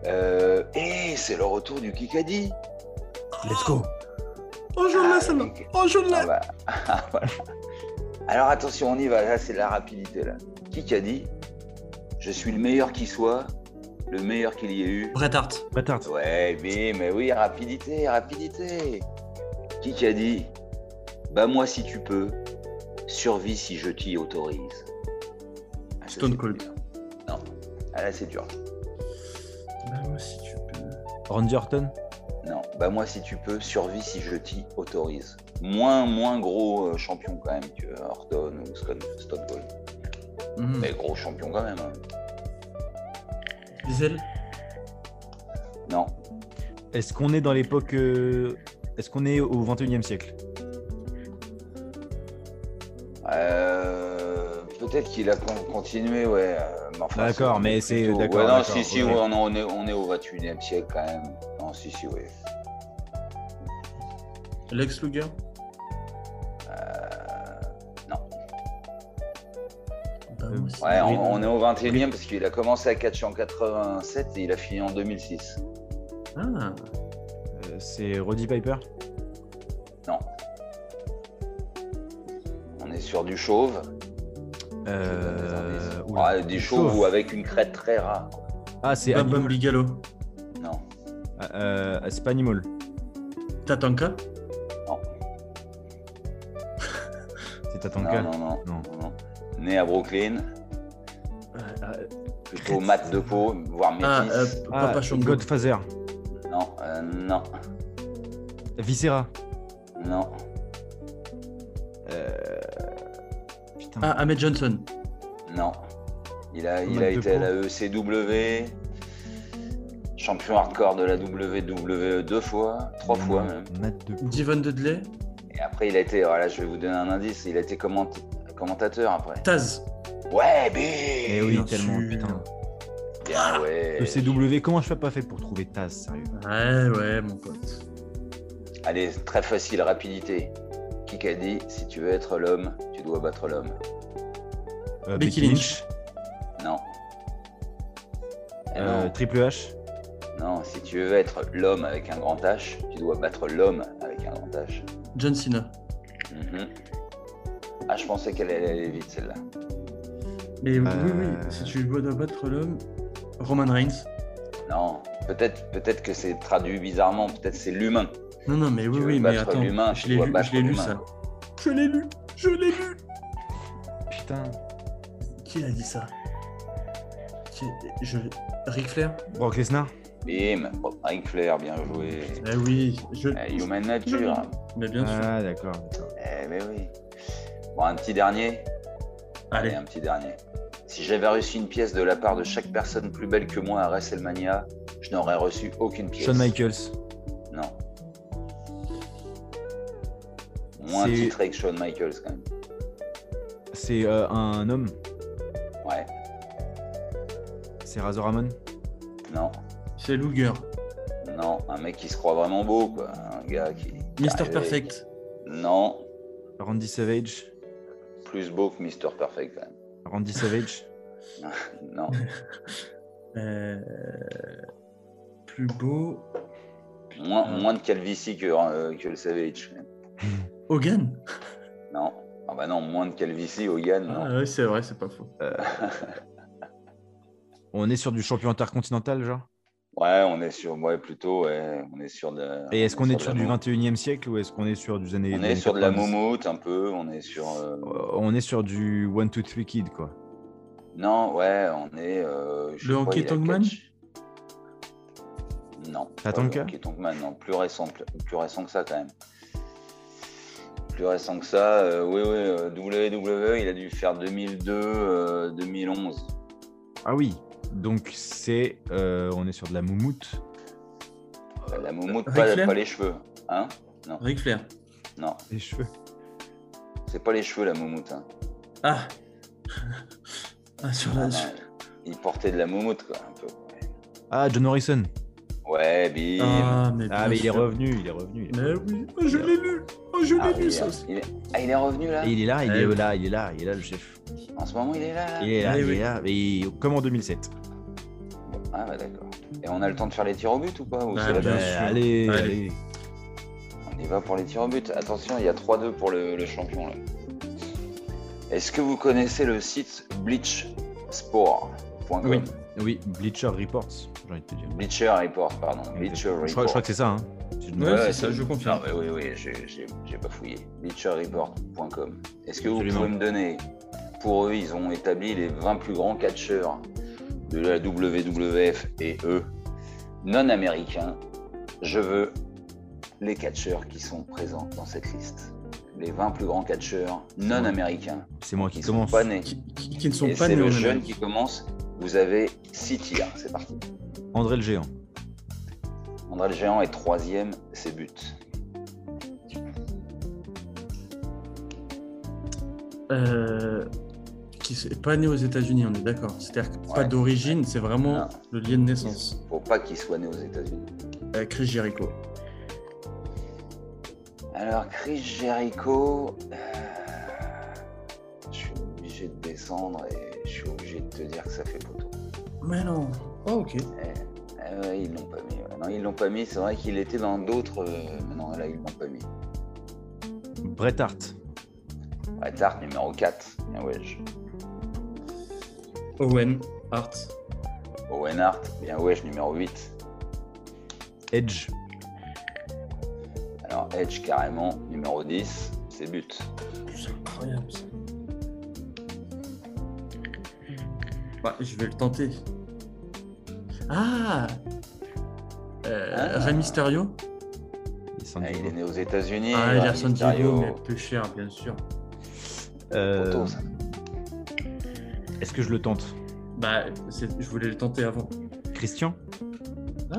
[SPEAKER 3] Euh, et c'est le retour du Kikadi.
[SPEAKER 1] Let's go
[SPEAKER 2] Oh, je
[SPEAKER 3] Ah,
[SPEAKER 2] l'ai, celle-là.
[SPEAKER 3] ok.
[SPEAKER 2] Oh, je
[SPEAKER 3] Ah
[SPEAKER 2] l'ai.
[SPEAKER 3] bah, ah, voilà. Alors attention, on y va. Là, c'est de la rapidité. Là. Qui a dit Je suis le meilleur qui soit, le meilleur qu'il y ait eu.
[SPEAKER 2] Bret Hart.
[SPEAKER 1] Pas tard.
[SPEAKER 3] Ouais, mais, mais oui, rapidité, rapidité. Qui a dit Bats-moi si tu peux, survis si je t'y autorise. Ah, ça,
[SPEAKER 2] Stone
[SPEAKER 3] c'est
[SPEAKER 2] Cold.
[SPEAKER 3] dur. Non, ah, là c'est dur.
[SPEAKER 2] Bah, moi, si tu peux.
[SPEAKER 1] Randy Orton
[SPEAKER 3] Non, bah moi si tu peux, survis si je t'y autorise. Moins, moins gros euh, champion quand même que Orton ou Stone, Stone Cold.
[SPEAKER 1] Mm.
[SPEAKER 2] Hmm.
[SPEAKER 3] Mais gros champion quand même. hein.
[SPEAKER 2] Diesel.
[SPEAKER 3] Non,
[SPEAKER 1] Est-ce qu'on est dans l'époque. euh, Est-ce qu'on est au 21 e siècle
[SPEAKER 3] Euh, peut-être qu'il a con- continué, ouais. euh, mais enfin,
[SPEAKER 1] D'accord, mais c'est-
[SPEAKER 3] plutôt-
[SPEAKER 1] d'accord,
[SPEAKER 3] ouais, non,
[SPEAKER 1] d'accord,
[SPEAKER 3] si, si,
[SPEAKER 1] ok.
[SPEAKER 3] ouais, on, on est, on est au 21 e siècle quand même. Non, si, si, ouais.
[SPEAKER 2] Lex Luger.
[SPEAKER 3] Euh,
[SPEAKER 2] Bah, moi, si-
[SPEAKER 3] Ouais, on, on est au 21 e parce qu'il a commencé à catcher en 87 et il a fini en 2006.
[SPEAKER 2] Ah.
[SPEAKER 1] Euh, C'est Roddy Piper
[SPEAKER 3] On est sur du chauve. Je vous donne des
[SPEAKER 1] Euh,
[SPEAKER 3] indices.
[SPEAKER 1] oula.
[SPEAKER 3] Ah, des chauves ou avec une crête très rare. quoi.
[SPEAKER 1] Ah, c'est
[SPEAKER 2] Bam Bam
[SPEAKER 1] Animal.
[SPEAKER 2] Bigelow.
[SPEAKER 3] Non,
[SPEAKER 1] Euh, euh, c'est pas Animal.
[SPEAKER 2] Tatanka.
[SPEAKER 3] non,
[SPEAKER 1] C'est
[SPEAKER 3] non,
[SPEAKER 1] Tatanka.
[SPEAKER 3] non, non,
[SPEAKER 1] Non.
[SPEAKER 3] non, non. Né à Brooklyn,
[SPEAKER 2] Euh,
[SPEAKER 3] plutôt mat de peau, voire
[SPEAKER 2] Ah, euh,
[SPEAKER 3] métis.
[SPEAKER 1] Ah,
[SPEAKER 2] Papa Shango.
[SPEAKER 1] Godfather.
[SPEAKER 3] Non, euh, non,
[SPEAKER 1] Viscera.
[SPEAKER 3] non,
[SPEAKER 1] Euh, Putain.
[SPEAKER 2] Ah, Ahmed Johnson.
[SPEAKER 3] Non. Il a, il
[SPEAKER 1] Matt
[SPEAKER 3] a été à
[SPEAKER 1] Dupont.
[SPEAKER 3] la ECW, champion hardcore de la WWE deux fois, trois fois même.
[SPEAKER 1] Matt de...
[SPEAKER 2] Devon Dudley.
[SPEAKER 3] Et après, il a été, voilà, je vais vous donner un indice, il a été comment- commentateur après.
[SPEAKER 2] Taz.
[SPEAKER 3] Ouais,
[SPEAKER 1] Eh
[SPEAKER 3] mais E
[SPEAKER 1] oui,
[SPEAKER 2] Bien
[SPEAKER 1] tellement,
[SPEAKER 2] sûr.
[SPEAKER 1] putain.
[SPEAKER 3] Bien, ouais.
[SPEAKER 1] Euh, ECW, comment je fais pas fait pour trouver Taz, sérieux
[SPEAKER 2] Ouais, ouais, mon pote.
[SPEAKER 3] Allez, très facile, rapidité. Qui a dit, si tu veux être l'homme, tu dois battre l'homme.
[SPEAKER 1] Euh,
[SPEAKER 2] Becky Lynch.
[SPEAKER 3] Non. Eh
[SPEAKER 1] Euh,
[SPEAKER 3] non.
[SPEAKER 1] Triple H.
[SPEAKER 3] non, si tu veux être l'homme avec un grand H, tu dois battre l'homme avec un grand H.
[SPEAKER 2] John Cena.
[SPEAKER 3] Mhm. Ah, je pensais qu'elle allait aller vite celle-là.
[SPEAKER 2] Mais oui, oui,
[SPEAKER 1] Euh.
[SPEAKER 2] oui, si tu veux battre l'homme, Roman Reigns.
[SPEAKER 3] Non, peut-être peut-être que c'est traduit bizarrement, peut-être c'est l'humain.
[SPEAKER 2] Non, non, mais oui,
[SPEAKER 3] veux
[SPEAKER 2] oui, mais
[SPEAKER 3] battre
[SPEAKER 2] attends,
[SPEAKER 3] l'humain, tu
[SPEAKER 2] je l'ai
[SPEAKER 3] dois
[SPEAKER 2] lu,
[SPEAKER 3] battre
[SPEAKER 2] je l'ai lu
[SPEAKER 3] l'humain.
[SPEAKER 2] ça. Je l'ai lu, je l'ai lu.
[SPEAKER 1] Putain.
[SPEAKER 2] Qui a dit ça Qui- Je... Ric Flair
[SPEAKER 1] Brock Lesnar.
[SPEAKER 3] Bim, oh, Ric Flair, bien joué.
[SPEAKER 2] Eh oui, je...
[SPEAKER 3] Eh, human Nature.
[SPEAKER 2] Mais bien sûr.
[SPEAKER 1] Ah, d'accord. d'accord.
[SPEAKER 3] Eh, mais oui. Bon, un petit dernier.
[SPEAKER 2] Allez,
[SPEAKER 3] un petit dernier. Si j'avais reçu une pièce de la part de chaque personne plus belle que moi à WrestleMania, je n'aurais reçu aucune pièce.
[SPEAKER 1] Shawn Michaels.
[SPEAKER 3] Non. Moins
[SPEAKER 1] C'est-
[SPEAKER 3] titré que Shawn Michaels quand même.
[SPEAKER 1] C'est euh, un homme.
[SPEAKER 3] Ouais,
[SPEAKER 1] C'est Razor Ramon.
[SPEAKER 3] non.
[SPEAKER 2] c'est Luger.
[SPEAKER 3] Non, un mec qui se croit vraiment beau, quoi. Un gars qui. qui
[SPEAKER 2] Mister
[SPEAKER 3] arrive avec-
[SPEAKER 2] Perfect.
[SPEAKER 3] Non,
[SPEAKER 1] Randy Savage.
[SPEAKER 3] plus beau que Mister Perfect, quand même.
[SPEAKER 1] Randy Savage.
[SPEAKER 3] Non,
[SPEAKER 2] Euh... Plus beau.
[SPEAKER 3] moins, moins de calvitie que, euh, que le Savage. quand même.
[SPEAKER 2] Hogan
[SPEAKER 3] Non. Ah bah non, moins de Calvici, Hogan, non.
[SPEAKER 2] Ah ouais, c'est vrai, c'est pas faux.
[SPEAKER 1] On est sur du champion intercontinental, genre
[SPEAKER 3] Ouais, on est sur, ouais, plutôt, ouais, on est sur de.
[SPEAKER 1] Et est-ce qu'on Ah, est, sur
[SPEAKER 3] de
[SPEAKER 1] du
[SPEAKER 3] la mou-
[SPEAKER 1] 21e siècle ou est-ce qu'on est sur des années.
[SPEAKER 3] On est sur de la
[SPEAKER 1] 90?
[SPEAKER 3] moumoute un peu, on est sur. euh,
[SPEAKER 1] Euh, On est sur du 1, 2, 3 kid, quoi.
[SPEAKER 3] Non, ouais, on est. euh, je
[SPEAKER 2] Le
[SPEAKER 3] sais pas,
[SPEAKER 2] Honky
[SPEAKER 3] il a
[SPEAKER 2] Tonk Man
[SPEAKER 3] catch- Non.
[SPEAKER 1] La
[SPEAKER 3] pas le
[SPEAKER 1] Tonka
[SPEAKER 3] Honky Tonk Man, non, plus récent, que- plus récent que ça quand même. Plus récent que ça, euh, oui, oui, euh, WWE, il a dû faire 2002, euh, 2011.
[SPEAKER 1] Ah oui. Donc, c'est. euh, on est sur de la moumoute.
[SPEAKER 3] Euh, La moumoute,
[SPEAKER 2] Ric
[SPEAKER 3] pas,
[SPEAKER 2] Flair
[SPEAKER 3] pas les cheveux. Hein
[SPEAKER 2] Ric Flair.
[SPEAKER 3] Non,
[SPEAKER 1] Les cheveux.
[SPEAKER 3] c'est pas les cheveux la moumoute. hein.
[SPEAKER 2] Ah Ah, sur la.
[SPEAKER 3] Non, non, il portait de la moumoute, quoi, un peu.
[SPEAKER 1] Ah, John Morrison.
[SPEAKER 3] Ouais, bim.
[SPEAKER 2] Ah, mais,
[SPEAKER 1] Ah,
[SPEAKER 2] bien
[SPEAKER 1] mais il est
[SPEAKER 2] sûr.
[SPEAKER 1] revenu, il est revenu. il est
[SPEAKER 2] Mais
[SPEAKER 1] revenu.
[SPEAKER 2] oui, oh, je l'ai lu Oh, je l'ai
[SPEAKER 3] Ah, il,
[SPEAKER 2] lu,
[SPEAKER 3] est,
[SPEAKER 2] ça aussi
[SPEAKER 3] il est- ah, il est revenu là
[SPEAKER 1] Et il est là, il
[SPEAKER 2] Eh
[SPEAKER 1] est
[SPEAKER 2] oui.
[SPEAKER 1] là, il est là, il est là, le chef.
[SPEAKER 3] En ce moment, il est là, là
[SPEAKER 1] Il est là,
[SPEAKER 2] Eh
[SPEAKER 1] il
[SPEAKER 2] oui.
[SPEAKER 1] est là. Et comme en 2007.
[SPEAKER 3] Ah, bah d'accord. Et on a le temps de faire les tirs au but ou pas Ou
[SPEAKER 2] Bah,
[SPEAKER 3] c'est la
[SPEAKER 2] bien
[SPEAKER 1] Ben,
[SPEAKER 3] fin
[SPEAKER 2] sûr.
[SPEAKER 1] allez,
[SPEAKER 2] Allez.
[SPEAKER 1] allez.
[SPEAKER 3] On y va pour les tirs au but. Attention, il y a 3-2 pour le, le champion là. Est-ce que vous connaissez le site bleachsport.com
[SPEAKER 2] Oui.
[SPEAKER 1] Oui, Bleacher Reports, j'ai envie de te dire.
[SPEAKER 3] Bleacher Report, pardon. Bleacher Report.
[SPEAKER 1] Je crois, je crois que c'est ça. Hein. Si je ne me
[SPEAKER 2] Ouais,
[SPEAKER 1] trompe
[SPEAKER 3] Ouais,
[SPEAKER 2] c'est
[SPEAKER 3] ouais,
[SPEAKER 2] ça,
[SPEAKER 3] c'est-
[SPEAKER 2] je
[SPEAKER 3] Non,
[SPEAKER 2] confirme.
[SPEAKER 3] mais oui, oui, j'ai- j'ai j'ai pas fouillé. BleacherReport.com. Est-ce que vous
[SPEAKER 1] Absolument.
[SPEAKER 3] pouvez me donner Pour eux, ils ont établi les 20 plus grands catcheurs de la WWF et eux, non américains. Je veux les catcheurs qui sont présents dans cette liste. Les 20 plus grands catcheurs non
[SPEAKER 1] moi.
[SPEAKER 3] américains
[SPEAKER 1] pas. C'est moi qui
[SPEAKER 3] qui sont
[SPEAKER 1] commence.
[SPEAKER 3] pas nés.
[SPEAKER 2] Qui, qui- qui ne sont
[SPEAKER 3] Et
[SPEAKER 2] pas nés
[SPEAKER 3] c'est le
[SPEAKER 2] en
[SPEAKER 3] jeune
[SPEAKER 2] Amérique.
[SPEAKER 3] qui commence. Vous avez 6 tirs. C'est parti.
[SPEAKER 1] André le Géant.
[SPEAKER 3] André le Géant est troisième, c'est but.
[SPEAKER 2] Euh, qui n'est pas né aux États-Unis, on est d'accord. C'est-à-dire que pas
[SPEAKER 3] Ouais.
[SPEAKER 2] d'origine, c'est vraiment
[SPEAKER 3] Non.
[SPEAKER 2] le lien de naissance.
[SPEAKER 3] Faut pas qu'il soit né aux États-Unis.
[SPEAKER 2] Euh, Chris Jericho.
[SPEAKER 3] Alors, Chris Jericho, euh, je suis obligé de descendre et je suis obligé de te dire que ça fait poteau.
[SPEAKER 2] Mais non. Oh, ok.
[SPEAKER 3] Ah ouais, ils l'ont pas mis. ouais. Non, ils l'ont pas mis. C'est vrai qu'il était dans d'autres. euh, mais non, là, ils l'ont pas mis.
[SPEAKER 1] Bret Hart.
[SPEAKER 3] Ouais, Tarte numéro 4. Bien wesh.
[SPEAKER 2] Owen Hart.
[SPEAKER 3] Owen Hart. Bien wesh, numéro 8.
[SPEAKER 1] Edge.
[SPEAKER 3] Alors, Edge, carrément, numéro 10. C'est but.
[SPEAKER 2] C'est incroyable ça. Bah, je vais le tenter. Ah, euh,
[SPEAKER 3] Ah.
[SPEAKER 2] Rey Mysterio
[SPEAKER 1] Il s'en
[SPEAKER 3] Ah, il est
[SPEAKER 1] dit.
[SPEAKER 3] né aux États-Unis.
[SPEAKER 2] Ah, il est à San Diego,
[SPEAKER 3] Mysterio.
[SPEAKER 2] mais plus cher, bien sûr.
[SPEAKER 1] Euh,
[SPEAKER 3] Poteau, ça.
[SPEAKER 1] Est-ce que je le tente
[SPEAKER 2] Bah, c'est- je voulais le tenter avant.
[SPEAKER 1] Christian
[SPEAKER 2] Ah,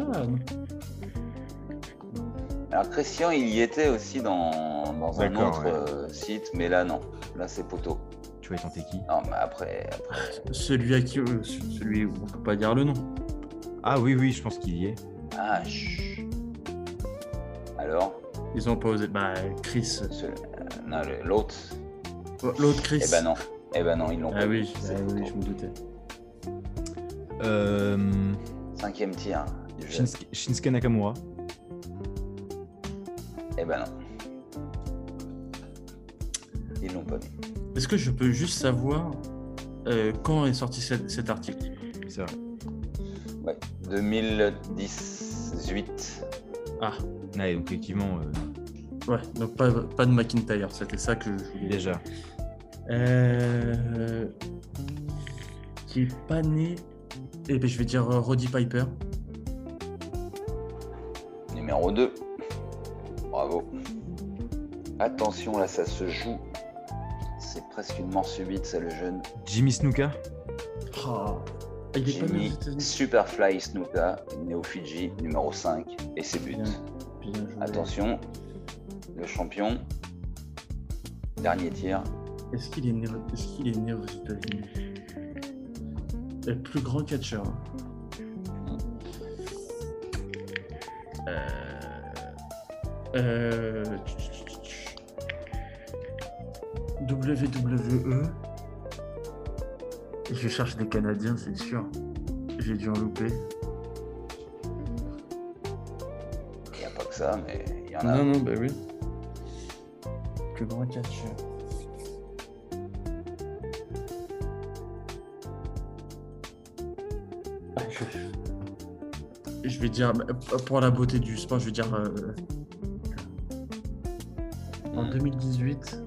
[SPEAKER 3] Alors Christian, il y était aussi dans, dans un
[SPEAKER 1] D'accord,
[SPEAKER 3] autre
[SPEAKER 1] ouais.
[SPEAKER 3] euh, site, mais là non. Là c'est poteau.
[SPEAKER 1] Tu vas tenter qui
[SPEAKER 3] Non, mais après, après,
[SPEAKER 2] celui à qui, euh, celui où on peut pas dire le nom.
[SPEAKER 1] Ah oui, oui, je pense qu'il y est.
[SPEAKER 3] ah chut. Alors,
[SPEAKER 2] Ils ont pas osé. Bah, Chris. Oh,
[SPEAKER 3] ce- euh, non, le- l'autre,
[SPEAKER 2] L'autre Chris.
[SPEAKER 3] eh ben non, eh ben non, ils l'ont
[SPEAKER 2] Ah
[SPEAKER 3] pas.
[SPEAKER 2] oui,
[SPEAKER 3] C'est
[SPEAKER 2] ah
[SPEAKER 3] poteau.
[SPEAKER 2] oui, je me doutais.
[SPEAKER 1] Euh,
[SPEAKER 3] Cinquième tir. du jeu.
[SPEAKER 1] Shinsuke, Shinsuke Nakamura.
[SPEAKER 3] Eh ben non. Ils l'ont pas mis.
[SPEAKER 2] Est-ce que je peux juste savoir euh, quand est sorti cet, cet article
[SPEAKER 1] C'est vrai.
[SPEAKER 3] Ouais. 2018.
[SPEAKER 2] Ah,
[SPEAKER 1] Ouais, donc effectivement, euh,
[SPEAKER 2] ouais, donc pas, pas de McIntyre, c'était ça que je voulais.
[SPEAKER 1] déjà.
[SPEAKER 2] Euh, qui est pas né. Eh ben, je vais dire euh, Roddy Piper.
[SPEAKER 3] Numéro 2. Bravo. Attention, là, ça se joue. C'est presque une mort subite, ça, le jeune.
[SPEAKER 1] Jimmy Snuka.
[SPEAKER 2] Ah, il est pas né aux
[SPEAKER 3] Jimmy
[SPEAKER 2] États-Unis.
[SPEAKER 3] Superfly Snuka, né au Fidji, numéro 5, et c'est but.
[SPEAKER 2] Bien, bien joué.
[SPEAKER 3] Attention, le champion. Dernier tir.
[SPEAKER 2] Est-ce qu'il est, né... est, qu'il est né aux États-Unis Le plus grand catcheur. hein. Euh... Euh... WWE. Je cherche des Canadiens, c'est sûr. J'ai dû en louper.
[SPEAKER 3] Il n'y a pas que ça, mais il y en a.
[SPEAKER 2] non, bah oui. Plus Ah. grand catcheur. Je vais dire, pour la beauté du sport, je vais dire. euh, En 2018,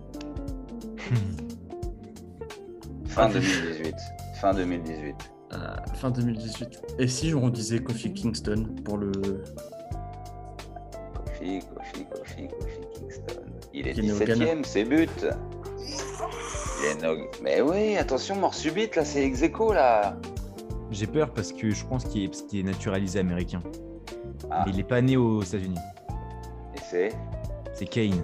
[SPEAKER 3] Fin 2018. Fin 2018.
[SPEAKER 2] euh, fin 2018. Et si on disait Kofi Kingston pour le.
[SPEAKER 3] Kofi, Kofi, Kofi, Kofi Kingston. Il est
[SPEAKER 2] Qui est né au
[SPEAKER 3] 17ème, c'est but. Il est no- Mais oui, attention, mort subite, là, c'est ex aequo, là.
[SPEAKER 1] J'ai peur parce que je pense qu'il est, parce qu'il est naturalisé américain.
[SPEAKER 3] Ah.
[SPEAKER 1] Mais il est pas né aux États-Unis.
[SPEAKER 3] Et c'est
[SPEAKER 1] C'est Kane.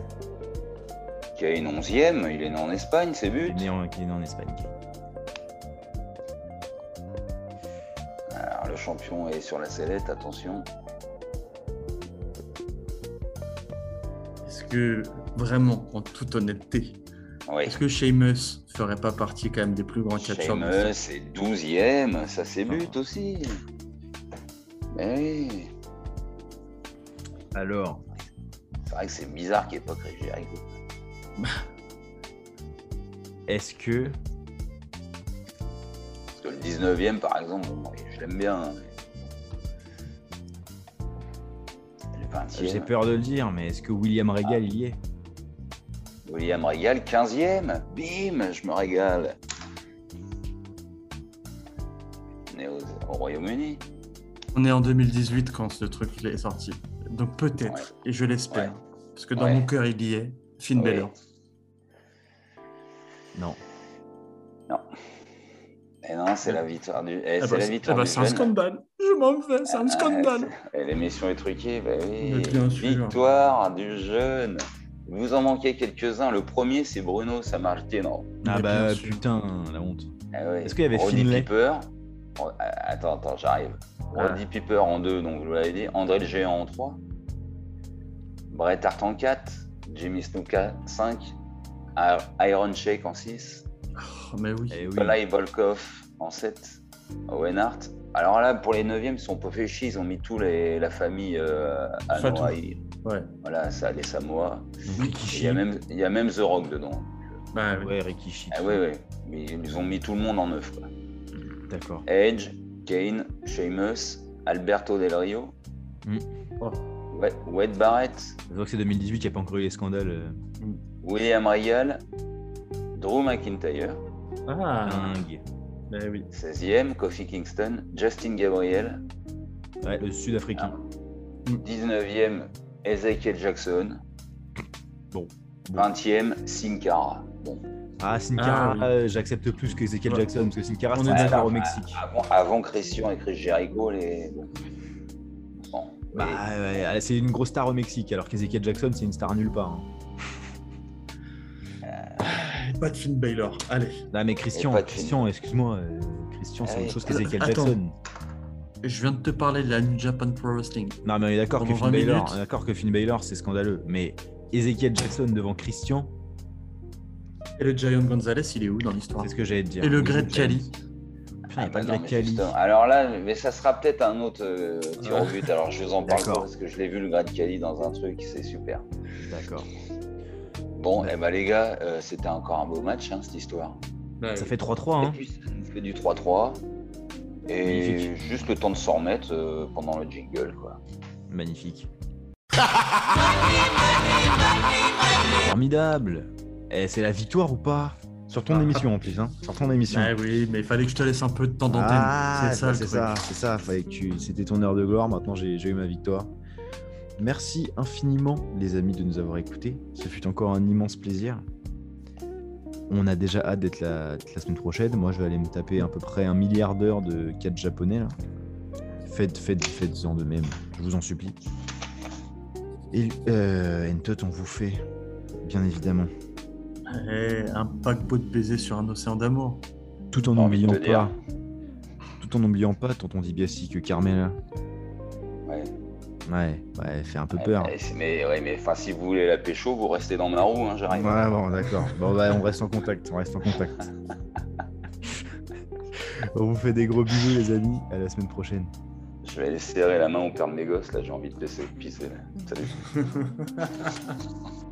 [SPEAKER 3] Kane 11ème, il est né en Espagne, c'est
[SPEAKER 1] Il est
[SPEAKER 3] but.
[SPEAKER 1] né en, il est né en Espagne. Kane.
[SPEAKER 3] Alors, le champion est sur la sellette, attention.
[SPEAKER 2] Est-ce que, vraiment, en toute honnêteté,
[SPEAKER 3] Oui.
[SPEAKER 2] est-ce que Sheamus ferait pas partie quand même des plus grands catcheurs de
[SPEAKER 3] Sheamus c'est 12ème, ça c'est but aussi. Mais oui,
[SPEAKER 1] Alors,
[SPEAKER 3] c'est vrai que c'est bizarre qu'il n'y ait pas Chris Jericho.
[SPEAKER 1] est-ce que
[SPEAKER 3] Parce que le 19ème, par exemple, bon, je l'aime bien. hein, mais- Le 20
[SPEAKER 1] j'ai peur de le dire, mais est-ce que William Regal il y est
[SPEAKER 3] William Regal, 15e. Bim, je me régale. Né au, au Royaume-Uni.
[SPEAKER 2] On est en 2018 quand ce truc est sorti. Donc peut-être, et je l'espère.
[SPEAKER 3] Ouais.
[SPEAKER 2] Parce que dans
[SPEAKER 3] Ouais.
[SPEAKER 2] mon cœur, il y est. Finn
[SPEAKER 3] Ouais.
[SPEAKER 2] Balor.
[SPEAKER 1] Non.
[SPEAKER 3] Et Eh non, c'est la victoire du.
[SPEAKER 2] Ah
[SPEAKER 3] eh, c'est
[SPEAKER 2] bah,
[SPEAKER 3] la
[SPEAKER 2] c'est
[SPEAKER 3] victoire
[SPEAKER 2] ah bah,
[SPEAKER 3] du
[SPEAKER 2] c'est un
[SPEAKER 3] jeune.
[SPEAKER 2] scandale. Je m'en vais, c'est
[SPEAKER 3] Ah,
[SPEAKER 2] un scandale.
[SPEAKER 3] c'est- eh, L'émission est truquée, bah oui.
[SPEAKER 2] Mais bien sûr.
[SPEAKER 3] Victoire du jeune. Vous en manquez quelques-uns. Le premier, c'est Bruno Sammartino.
[SPEAKER 1] Ah
[SPEAKER 2] Mais
[SPEAKER 1] bah
[SPEAKER 2] bien sûr.
[SPEAKER 1] putain, la honte.
[SPEAKER 3] Ah ouais.
[SPEAKER 1] Est-ce qu'il y avait
[SPEAKER 3] Roddy
[SPEAKER 1] Finlay Ah.
[SPEAKER 3] Piper. Oh, ah, Attends, attends, j'arrive. Roddy Piper en 2, donc je vous l'avais dit. André le Géant en 3. Bret Hart en 4. Jimmy Snuka 5. Iron Shake en 6.
[SPEAKER 2] Oh, mais oui.
[SPEAKER 1] Eh oui.
[SPEAKER 3] Nikolai Volkov en 7. Owen Hart. Alors là, pour les 9e, ils sont pas fait chier. Ils ont mis tous les, la famille euh, à
[SPEAKER 2] Fatou.
[SPEAKER 3] Hawaï.
[SPEAKER 2] Ouais.
[SPEAKER 3] Voilà, ça, les Samoa. Et Il y,
[SPEAKER 1] Rikishi.
[SPEAKER 3] a même, il y a même The Rock dedans.
[SPEAKER 2] Bah, oui.
[SPEAKER 1] Ouais, Rikishi.
[SPEAKER 3] Ah ouais, ouais. Mais ils ont mis tout le monde en neuf. Quoi.
[SPEAKER 1] D'accord.
[SPEAKER 3] Edge, Kane, Sheamus, Alberto Del Rio,
[SPEAKER 1] Mm.
[SPEAKER 2] Oh.
[SPEAKER 3] Wed- Wade Barrett,
[SPEAKER 1] Je vois que c'est 2018, il n'y a pas encore eu les scandales. euh,
[SPEAKER 3] William Regal, Drew McIntyre,
[SPEAKER 2] Ah,
[SPEAKER 1] dingues.
[SPEAKER 2] bah oui.
[SPEAKER 3] 16e, Kofi Kingston, Justin Gabriel,
[SPEAKER 1] Ouais, le sud-africain.
[SPEAKER 3] 19e, Ezekiel Jackson,
[SPEAKER 1] Bon. Bon.
[SPEAKER 3] 20e, Sin Cara. Bon.
[SPEAKER 1] Ah, Sincara,
[SPEAKER 2] Ah, oui.
[SPEAKER 1] j'accepte plus que Ezekiel
[SPEAKER 2] Ouais.
[SPEAKER 1] Jackson, parce que Sincara,
[SPEAKER 2] On
[SPEAKER 1] c'est
[SPEAKER 2] est
[SPEAKER 1] un
[SPEAKER 3] d'accord.
[SPEAKER 1] au Mexique.
[SPEAKER 3] Avant, avant Christian et Chris Jericho, les. bon. Bon.
[SPEAKER 1] Bah ouais, c'est une grosse star au Mexique, alors qu'Ezekiel Jackson, c'est une star nulle part. hein.
[SPEAKER 2] Pas de Finn Balor. Allez,
[SPEAKER 1] Non, mais Christian,
[SPEAKER 3] Et pas de
[SPEAKER 1] Christian, excuse-moi, euh, Christian, c'est
[SPEAKER 3] Ah oui.
[SPEAKER 1] autre chose qu'Ezekiel
[SPEAKER 2] Attends.
[SPEAKER 1] Jackson.
[SPEAKER 2] je viens de te parler de la New Japan Pro Wrestling.
[SPEAKER 1] Non, mais on est d'accord que
[SPEAKER 2] Pendant
[SPEAKER 1] Finn
[SPEAKER 2] 20
[SPEAKER 1] Balor,
[SPEAKER 2] minutes.
[SPEAKER 1] on est d'accord que Finn Balor, c'est scandaleux, mais Ezekiel Jackson devant Christian,
[SPEAKER 2] Et le Giant Gonzalez, il est où dans l'histoire
[SPEAKER 1] c'est ce que j'allais te dire.
[SPEAKER 2] Ah. Et le
[SPEAKER 1] Oui,
[SPEAKER 2] Great
[SPEAKER 1] j'allais-
[SPEAKER 2] Khali.
[SPEAKER 1] Putain, y a
[SPEAKER 3] Ah
[SPEAKER 1] pas
[SPEAKER 3] bah
[SPEAKER 1] de
[SPEAKER 3] non,
[SPEAKER 1] Great
[SPEAKER 3] mais
[SPEAKER 1] Khali.
[SPEAKER 3] justement. Alors là, mais ça sera peut-être un autre euh, tir au but. Alors je vous en parle pas
[SPEAKER 1] Ah. D'accord.
[SPEAKER 3] parce que je l'ai vu le grade Cali dans un truc, c'est super.
[SPEAKER 1] D'accord.
[SPEAKER 3] Bon, eh ben les gars, euh, c'était encore un beau match hein, cette histoire.
[SPEAKER 1] Ça fait 3-3,
[SPEAKER 3] Et
[SPEAKER 1] hein.
[SPEAKER 3] puis ça nous fait du 3-3 et
[SPEAKER 1] Magnifique.
[SPEAKER 3] juste le temps de s'en remettre euh, pendant le jingle quoi.
[SPEAKER 1] Magnifique. Formidable. Eh, c'est la victoire ou pas Sur ton
[SPEAKER 2] Ah.
[SPEAKER 1] émission en plus, hein. Sur ton émission.
[SPEAKER 2] Bah oui, mais il fallait que je te laisse un peu de temps d'antenne.
[SPEAKER 1] Ah,
[SPEAKER 2] c'est ça
[SPEAKER 1] bah,
[SPEAKER 2] le
[SPEAKER 1] c'est
[SPEAKER 2] truc.
[SPEAKER 1] ça, c'est ça. Fallait que tu... C'était ton heure de gloire. Maintenant, j'ai j'ai eu ma victoire. Merci infiniment, les amis, de nous avoir écoutés. Ce fut encore un immense plaisir. On a déjà hâte d'être là d'être la semaine prochaine. Moi, je vais aller me taper à peu près un milliard d'heures de 4 japonais. Là. Faites, faites, faites-en de même. Je vous en supplie. Et euh, Entot, on vous fait, bien évidemment.
[SPEAKER 2] Eh, un paquebot de baisers sur un océan d'amour.
[SPEAKER 1] Tout en
[SPEAKER 3] J'ai envie de
[SPEAKER 1] n'oubliant
[SPEAKER 3] te dire.
[SPEAKER 1] pas, tout en n'oubliant pas, tonton Dibiassi, que Carmela,
[SPEAKER 3] Ouais.
[SPEAKER 1] Ouais, ouais, elle fait un peu peur.
[SPEAKER 3] Eh, c'est- Mais ouais, mais enfin si vous voulez la pécho, vous restez dans ma roue, hein, j'arrive.
[SPEAKER 1] Ouais, bon, d'accord. Bon, bah, on reste en contact, on reste en contact. on vous fait des gros bisous, les amis. À la semaine prochaine.
[SPEAKER 3] Je vais aller serrer la main au père de mes gosses là, j'ai envie de laisser pisser. Là. Salut.